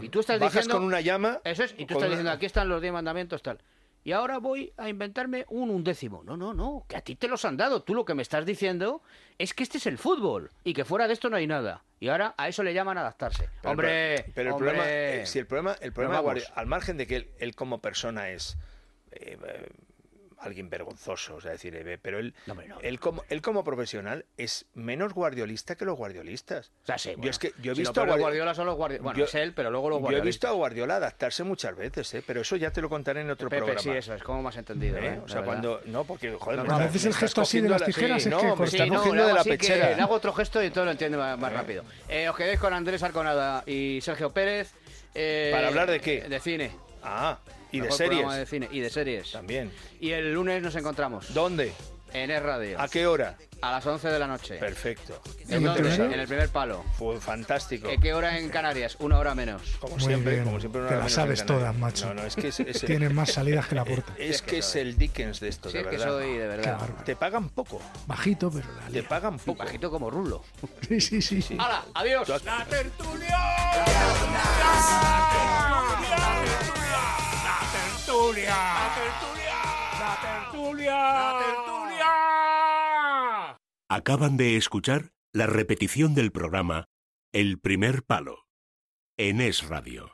[SPEAKER 4] Y tú estás
[SPEAKER 5] Bajas
[SPEAKER 4] diciendo...
[SPEAKER 5] con una llama.
[SPEAKER 4] Eso es, y tú estás
[SPEAKER 5] con una-
[SPEAKER 4] diciendo, aquí están los 10 mandamientos, tal. Y ahora voy a inventarme un undécimo. No, no, no, que a ti te los han dado. Tú lo que me estás diciendo es que este es el fútbol y que fuera de esto no hay nada. Y ahora a eso le llaman adaptarse.
[SPEAKER 5] Pero el
[SPEAKER 4] hombre,
[SPEAKER 5] pro- pero el
[SPEAKER 4] hombre.
[SPEAKER 5] problema, eh, si el problema, el problema
[SPEAKER 4] Pero
[SPEAKER 5] de
[SPEAKER 4] vamos.
[SPEAKER 5] Guardi- al margen de que él, él como persona es eh, eh, alguien vergonzoso, o sea, decir, eh, pero él, él como, él como profesional es menos guardiolista que los guardiolistas.
[SPEAKER 4] O sea, sí, bueno.
[SPEAKER 5] Yo es que yo he
[SPEAKER 4] Si lo
[SPEAKER 5] visto a
[SPEAKER 4] peor de
[SPEAKER 5] Guardi-
[SPEAKER 4] Guardiola son los guardi- bueno, es él, pero luego los
[SPEAKER 5] Yo he
[SPEAKER 4] guardiolistas.
[SPEAKER 5] visto a Guardiola adaptarse muchas veces, eh, pero eso ya te lo contaré en otro
[SPEAKER 4] Pepe,
[SPEAKER 5] programa.
[SPEAKER 4] sí, eso es como más entendido.
[SPEAKER 5] ¿Eh?
[SPEAKER 4] ¿eh?
[SPEAKER 5] O
[SPEAKER 4] La
[SPEAKER 5] sea,
[SPEAKER 4] verdad.
[SPEAKER 5] cuando no, porque joder,
[SPEAKER 4] No,
[SPEAKER 5] me
[SPEAKER 4] no,
[SPEAKER 5] estás-
[SPEAKER 4] haces
[SPEAKER 5] me
[SPEAKER 4] el
[SPEAKER 5] estás
[SPEAKER 6] gesto así de
[SPEAKER 5] cogiendo
[SPEAKER 6] las
[SPEAKER 5] la-
[SPEAKER 6] tijeras,
[SPEAKER 5] sí,
[SPEAKER 6] es
[SPEAKER 5] no,
[SPEAKER 6] que
[SPEAKER 5] me
[SPEAKER 6] corta.
[SPEAKER 5] estás
[SPEAKER 6] Sí, no,
[SPEAKER 5] cogiendo
[SPEAKER 4] le
[SPEAKER 5] de
[SPEAKER 4] hago
[SPEAKER 5] la
[SPEAKER 4] así que-
[SPEAKER 5] pechera.
[SPEAKER 4] le hago otro gesto y todo lo entiende más, más rápido. Eh, os quedáis con Andrés Arconada y Sergio Pérez. eh,
[SPEAKER 5] ¿Para hablar de qué?
[SPEAKER 4] De cine.
[SPEAKER 5] Ah, y de
[SPEAKER 4] Mejor
[SPEAKER 5] series.
[SPEAKER 4] programa de cine y de series.
[SPEAKER 5] También.
[SPEAKER 4] Y el lunes nos encontramos.
[SPEAKER 5] ¿Dónde?
[SPEAKER 4] En Es Radio.
[SPEAKER 5] ¿A qué hora?
[SPEAKER 4] A las 11 de la noche.
[SPEAKER 5] Perfecto.
[SPEAKER 4] ¿En
[SPEAKER 5] Muy
[SPEAKER 4] dónde?
[SPEAKER 5] interesante.
[SPEAKER 4] En el primer palo.
[SPEAKER 5] Fue fantástico.
[SPEAKER 4] ¿Eh, ¿Qué hora en Canarias? Una hora menos.
[SPEAKER 5] Como
[SPEAKER 6] Muy
[SPEAKER 5] siempre,
[SPEAKER 6] bien.
[SPEAKER 5] como siempre una
[SPEAKER 6] Te
[SPEAKER 5] hora
[SPEAKER 6] las
[SPEAKER 5] menos en
[SPEAKER 6] sabes
[SPEAKER 5] Canarias.
[SPEAKER 6] todas, macho.
[SPEAKER 5] No, no, es que es, es-
[SPEAKER 6] Tienes más salidas que la puerta.
[SPEAKER 5] es que es el Dickens de esto,
[SPEAKER 4] Sí,
[SPEAKER 5] de
[SPEAKER 4] es que
[SPEAKER 5] verdad.
[SPEAKER 4] soy de verdad. Qué bárbaro.
[SPEAKER 5] Te pagan poco,
[SPEAKER 6] Bajito, pero la
[SPEAKER 5] te
[SPEAKER 6] lía.
[SPEAKER 5] pagan poco.
[SPEAKER 4] Bajito como rulo.
[SPEAKER 6] Sí, sí, sí.
[SPEAKER 4] ¡Hala! ¡Adiós!
[SPEAKER 3] La tertulia. tertulia. La tertulia. La tertulia. La tertulia.
[SPEAKER 11] Acaban de escuchar la repetición del programa El primer palo en Es Radio.